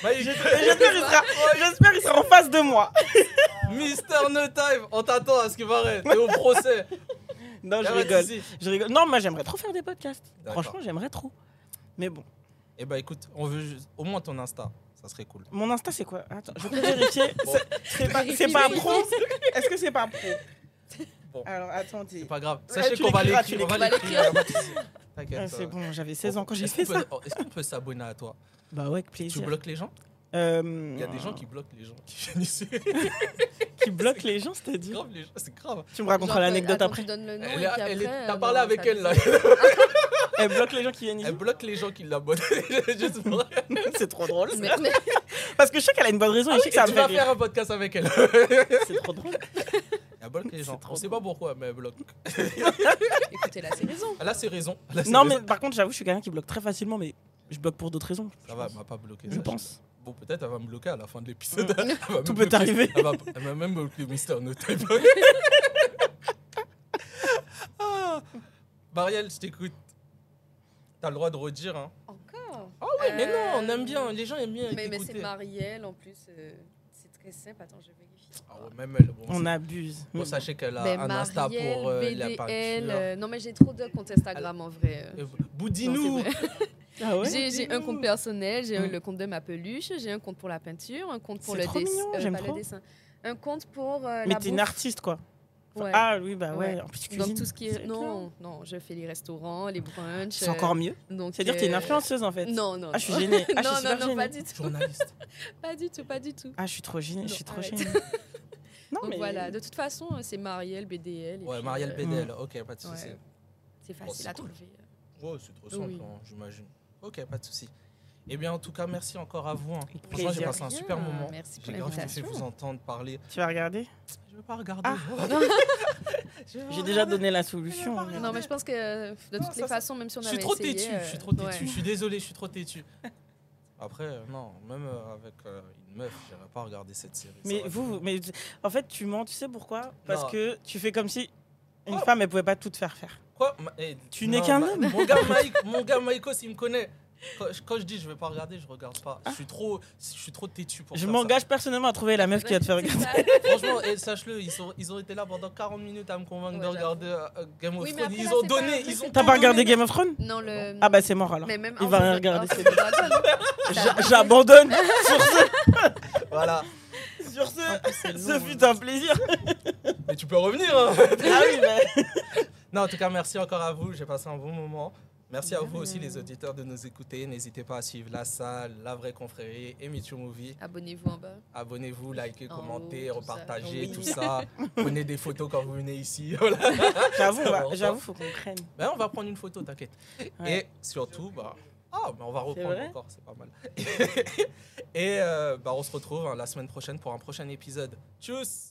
Speaker 6: Mike,
Speaker 8: j'espère qu'il sera, j'espère qu'il sera en face de moi.
Speaker 6: Mister No Time, on t'attend à ce que paraît. T'es au procès.
Speaker 8: Non, je
Speaker 6: Arrête
Speaker 8: rigole.
Speaker 6: ici.
Speaker 8: Je rigole. Non, moi, j'aimerais trop faire des podcasts.
Speaker 6: D'accord.
Speaker 8: Franchement, j'aimerais trop. Mais bon,
Speaker 6: Eh bah écoute, on veut juste- au moins ton Insta. Ça serait cool.
Speaker 8: mon Insta, c'est quoi Attends, je vais vérifier.
Speaker 6: Bon.
Speaker 8: C'est- C'est pas, c'est pas pro Est-ce que c'est pas pro
Speaker 6: Bon.
Speaker 8: Alors, attendez.
Speaker 6: C'est pas grave.
Speaker 8: Ouais,
Speaker 6: Sachez
Speaker 8: tu
Speaker 6: qu'on va
Speaker 8: l'écriras, tu
Speaker 6: l'écrire. On va l'écrire.
Speaker 7: l'écriras.
Speaker 6: y a pas de souci.
Speaker 8: Ah,
Speaker 6: T'inquiète.
Speaker 8: c'est
Speaker 6: euh,
Speaker 8: bon, j'avais 16 ans quand j'ai
Speaker 6: est-ce
Speaker 8: fait
Speaker 6: qu'on
Speaker 8: ça.
Speaker 6: peut- Est-ce qu'on peut s'abonner à toi
Speaker 8: Bah ouais, avec
Speaker 6: Tu
Speaker 8: plaisir.
Speaker 6: bloques les gens
Speaker 8: Euh,
Speaker 6: Il y a des gens qui bloquent les gens qui viennent ici.
Speaker 8: qui bloquent les gens, c'est-à-dire
Speaker 6: grave, les gens, c'est grave.
Speaker 8: Tu me raconteras
Speaker 7: Genre,
Speaker 8: l'anecdote
Speaker 7: attends,
Speaker 8: après.
Speaker 7: Tu donnes le nom
Speaker 6: Elle
Speaker 7: et
Speaker 6: est-
Speaker 7: puis
Speaker 6: elle est-
Speaker 7: après,
Speaker 6: T'as
Speaker 7: euh,
Speaker 6: parlé
Speaker 7: non,
Speaker 6: avec
Speaker 7: ça-
Speaker 6: elle là.
Speaker 8: Elle bloque les gens qui viennent ici.
Speaker 6: Elle bloque les gens qui l'abonnent. Juste pour-
Speaker 8: C'est trop drôle.
Speaker 7: Mais- Ah
Speaker 8: ça. Parce que je sais qu'elle a une bonne raison et je sais que ça
Speaker 6: tu
Speaker 8: me fait
Speaker 6: vas
Speaker 8: rire.
Speaker 6: faire un podcast avec elle.
Speaker 8: C'est trop drôle.
Speaker 6: Elle bloque les gens.
Speaker 8: trop
Speaker 6: On sait pas pourquoi, mais elle bloque.
Speaker 7: Écoutez, là, c'est raison.
Speaker 6: Elle a ses raisons. Elle a ses
Speaker 8: Non,
Speaker 6: raisons.
Speaker 8: mais par contre, j'avoue, je suis quelqu'un qui bloque très facilement, mais je bloque pour d'autres raisons.
Speaker 6: Ça va, elle m'a pas bloqué.
Speaker 8: Je
Speaker 6: ça,
Speaker 8: pense.
Speaker 6: Bon, peut-être elle va me bloquer à la fin de
Speaker 8: Mm.
Speaker 6: l'épisode. Elle va me
Speaker 8: Tout peut
Speaker 6: bloquer.
Speaker 8: arriver.
Speaker 6: Elle va- elle m'a même bloqué Mister No Type. ah. Marielle, je t'écoute. T'as le droit de redire. Hein.
Speaker 7: Encore
Speaker 6: Ah oui, mais non, on
Speaker 7: Euh,
Speaker 6: aime bien. Les gens aiment bien.
Speaker 7: Mais, mais
Speaker 6: écouter.
Speaker 7: c'est Marielle en plus. euh, c'est très simple. Attends, je vérifie.
Speaker 6: Ah ouais, même elle. Bon,
Speaker 8: On Mm.
Speaker 6: c'est-
Speaker 8: abuse.
Speaker 6: bon,
Speaker 8: Mais
Speaker 6: sachez
Speaker 8: Ah,
Speaker 6: qu'elle a
Speaker 7: Mais
Speaker 6: un Insta
Speaker 7: Marielle,
Speaker 6: pour euh, la
Speaker 7: BDL.
Speaker 6: peinture.
Speaker 7: euh, non, mais j'ai trop de comptes Instagram en vrai. euh.
Speaker 6: Euh, Boudine-nous.
Speaker 7: Non, c'est vrai.
Speaker 8: Ah ouais
Speaker 7: J'ai- j'ai un compte personnel, j'ai
Speaker 8: Mm.
Speaker 7: le compte de ma peluche, j'ai un compte pour la peinture, un compte pour
Speaker 8: C'est
Speaker 7: le,
Speaker 8: trop
Speaker 7: dess-
Speaker 8: mignon,
Speaker 7: euh,
Speaker 8: j'aime
Speaker 7: pas le
Speaker 8: trop.
Speaker 7: dessin. Un compte pour euh,
Speaker 8: Mais
Speaker 7: la
Speaker 8: t'es une
Speaker 7: bouffe.
Speaker 8: artiste, quoi.
Speaker 7: Ouais.
Speaker 8: Ah oui, bah ouais.
Speaker 7: Ouais.
Speaker 8: En plus, tu cuisines.
Speaker 7: donc tout ce qui
Speaker 8: C'est
Speaker 7: est
Speaker 8: bien.
Speaker 7: non, non, je fais les restaurants, les brunchs. euh,
Speaker 8: C'est encore mieux.
Speaker 7: Donc
Speaker 8: C'est-à-dire que t'es une
Speaker 7: euh,
Speaker 8: influenceuse, en fait.
Speaker 7: Non, non.
Speaker 8: Ah, je suis
Speaker 7: non.
Speaker 8: gênée. Ah, je suis
Speaker 7: non,
Speaker 8: super
Speaker 7: non, non, pas
Speaker 8: gênée.
Speaker 7: du tout,
Speaker 6: Journaliste.
Speaker 7: pas du tout, pas du tout.
Speaker 8: Ah, je suis trop gênée. Je
Speaker 7: Non,
Speaker 8: suis trop
Speaker 7: arrête.
Speaker 8: gênée. Non,
Speaker 7: Donc
Speaker 8: mais
Speaker 7: voilà, de toute façon, euh, c'est Marielle BDL. et
Speaker 6: Ouais,
Speaker 7: puis,
Speaker 6: Marielle
Speaker 8: Mm.
Speaker 7: euh,
Speaker 6: BDL. Ok, pas de
Speaker 7: Ouais.
Speaker 6: soucis.
Speaker 7: C'est
Speaker 6: Oh,
Speaker 7: facile
Speaker 6: c'est
Speaker 7: à
Speaker 6: cool.
Speaker 7: trouver.
Speaker 6: Ouais, c'est trop simple,
Speaker 7: Oui.
Speaker 6: hein, j'imagine. Ok, pas de souci. Eh bien, en tout cas, merci encore à vous. hein. Franchement, j'ai
Speaker 8: plaisir.
Speaker 6: passé un
Speaker 7: Rien,
Speaker 6: super moment.
Speaker 7: merci pour
Speaker 6: J'ai grave kiffé
Speaker 7: l'invitation.
Speaker 6: vous entendre parler.
Speaker 8: tu vas regarder
Speaker 6: Je veux pas regarder.
Speaker 8: Ah.
Speaker 6: Je veux
Speaker 8: J'ai
Speaker 6: regarder.
Speaker 8: déjà donné la solution.
Speaker 6: Non, mais-
Speaker 7: Non, mais je pense que euh, de
Speaker 6: Non,
Speaker 7: toutes
Speaker 6: ça,
Speaker 7: les
Speaker 6: ça-
Speaker 7: façons, même si on
Speaker 6: Je
Speaker 7: avait
Speaker 6: suis trop
Speaker 7: essayé,
Speaker 6: têtu.
Speaker 7: euh,
Speaker 6: Je suis trop têtu.
Speaker 7: ouais.
Speaker 6: Je suis désolé. Je suis trop têtu. Après, euh, non, même euh, avec euh, une meuf, j'irai pas regarder cette série. ça
Speaker 8: Mais
Speaker 6: aurait
Speaker 8: vous,
Speaker 6: été-
Speaker 8: vous- mais en fait, tu mens, tu sais pourquoi Parce
Speaker 6: Non.
Speaker 8: que tu fais comme si une
Speaker 6: Oh.
Speaker 8: femme, elle pouvait pas tout te faire faire.
Speaker 6: quoi Ma- eh,
Speaker 8: Tu
Speaker 6: non,
Speaker 8: n'es qu'un
Speaker 6: ma-
Speaker 8: homme.
Speaker 6: Mon gars, Mike, mon gars, Maïko, s'il me connaît. Quand, je- quand je dis je vais pas regarder, je regarde pas. Je suis trop, je suis trop têtu pour
Speaker 8: Ah. Je
Speaker 6: faire ça.
Speaker 8: m'engage personnellement à trouver la meuf qui va te faire
Speaker 7: C'est
Speaker 8: regarder.
Speaker 7: ça.
Speaker 6: Franchement, et sache-le, ils, sont- ils ont été là pendant 40 minutes à me convaincre
Speaker 7: Ouais,
Speaker 6: de regarder euh, Game of
Speaker 7: Oui,
Speaker 6: Thrones.
Speaker 7: mais après,
Speaker 6: Ils
Speaker 7: là,
Speaker 6: ont
Speaker 7: c'est
Speaker 6: donné,
Speaker 7: pas-
Speaker 6: ils ont
Speaker 8: T'as
Speaker 6: tout
Speaker 8: pas regardé
Speaker 6: donné.
Speaker 8: Game of Thrones
Speaker 7: Non, le.
Speaker 8: Ah bah c'est mort alors.
Speaker 7: Mais même
Speaker 8: Il
Speaker 7: en
Speaker 8: va rien
Speaker 7: faisant-
Speaker 8: regarder,
Speaker 7: en
Speaker 8: c'est
Speaker 7: faisant Dragon,
Speaker 8: J'a-
Speaker 7: t'as-
Speaker 8: J'abandonne. sur ce,
Speaker 6: Voilà.
Speaker 8: sur
Speaker 6: Ah,
Speaker 8: ce, ce
Speaker 7: hein.
Speaker 6: long,
Speaker 8: fut un plaisir.
Speaker 6: Mais tu peux revenir. hein.
Speaker 8: Ah oui, mais-
Speaker 6: Non, en tout cas, merci encore à vous. J'ai passé un bon moment. Merci à
Speaker 7: De
Speaker 6: vous aussi,
Speaker 7: rien.
Speaker 6: les auditeurs, de nous écouter. N'hésitez pas à suivre la salle, la vraie confrérie et Me Too Movie.
Speaker 7: Abonnez-vous en bas.
Speaker 6: Abonnez-vous, likez,
Speaker 7: En
Speaker 6: commentez,
Speaker 7: haut, tout ça.
Speaker 6: repartagez,
Speaker 8: Oui.
Speaker 6: tout ça. Prenez des photos quand vous venez ici. Voilà.
Speaker 8: J'avoue,
Speaker 6: Ça va
Speaker 8: bah,
Speaker 6: encore.
Speaker 8: j'avoue, faut qu'on craigne.
Speaker 6: Ben, on va prendre une photo, t'inquiète.
Speaker 8: Ouais.
Speaker 6: Et surtout, bah, ah, mais on va reprendre
Speaker 8: vrai
Speaker 6: encore, c'est pas mal. Et euh, bah, on se retrouve hein, la semaine prochaine pour un prochain épisode. Tchuss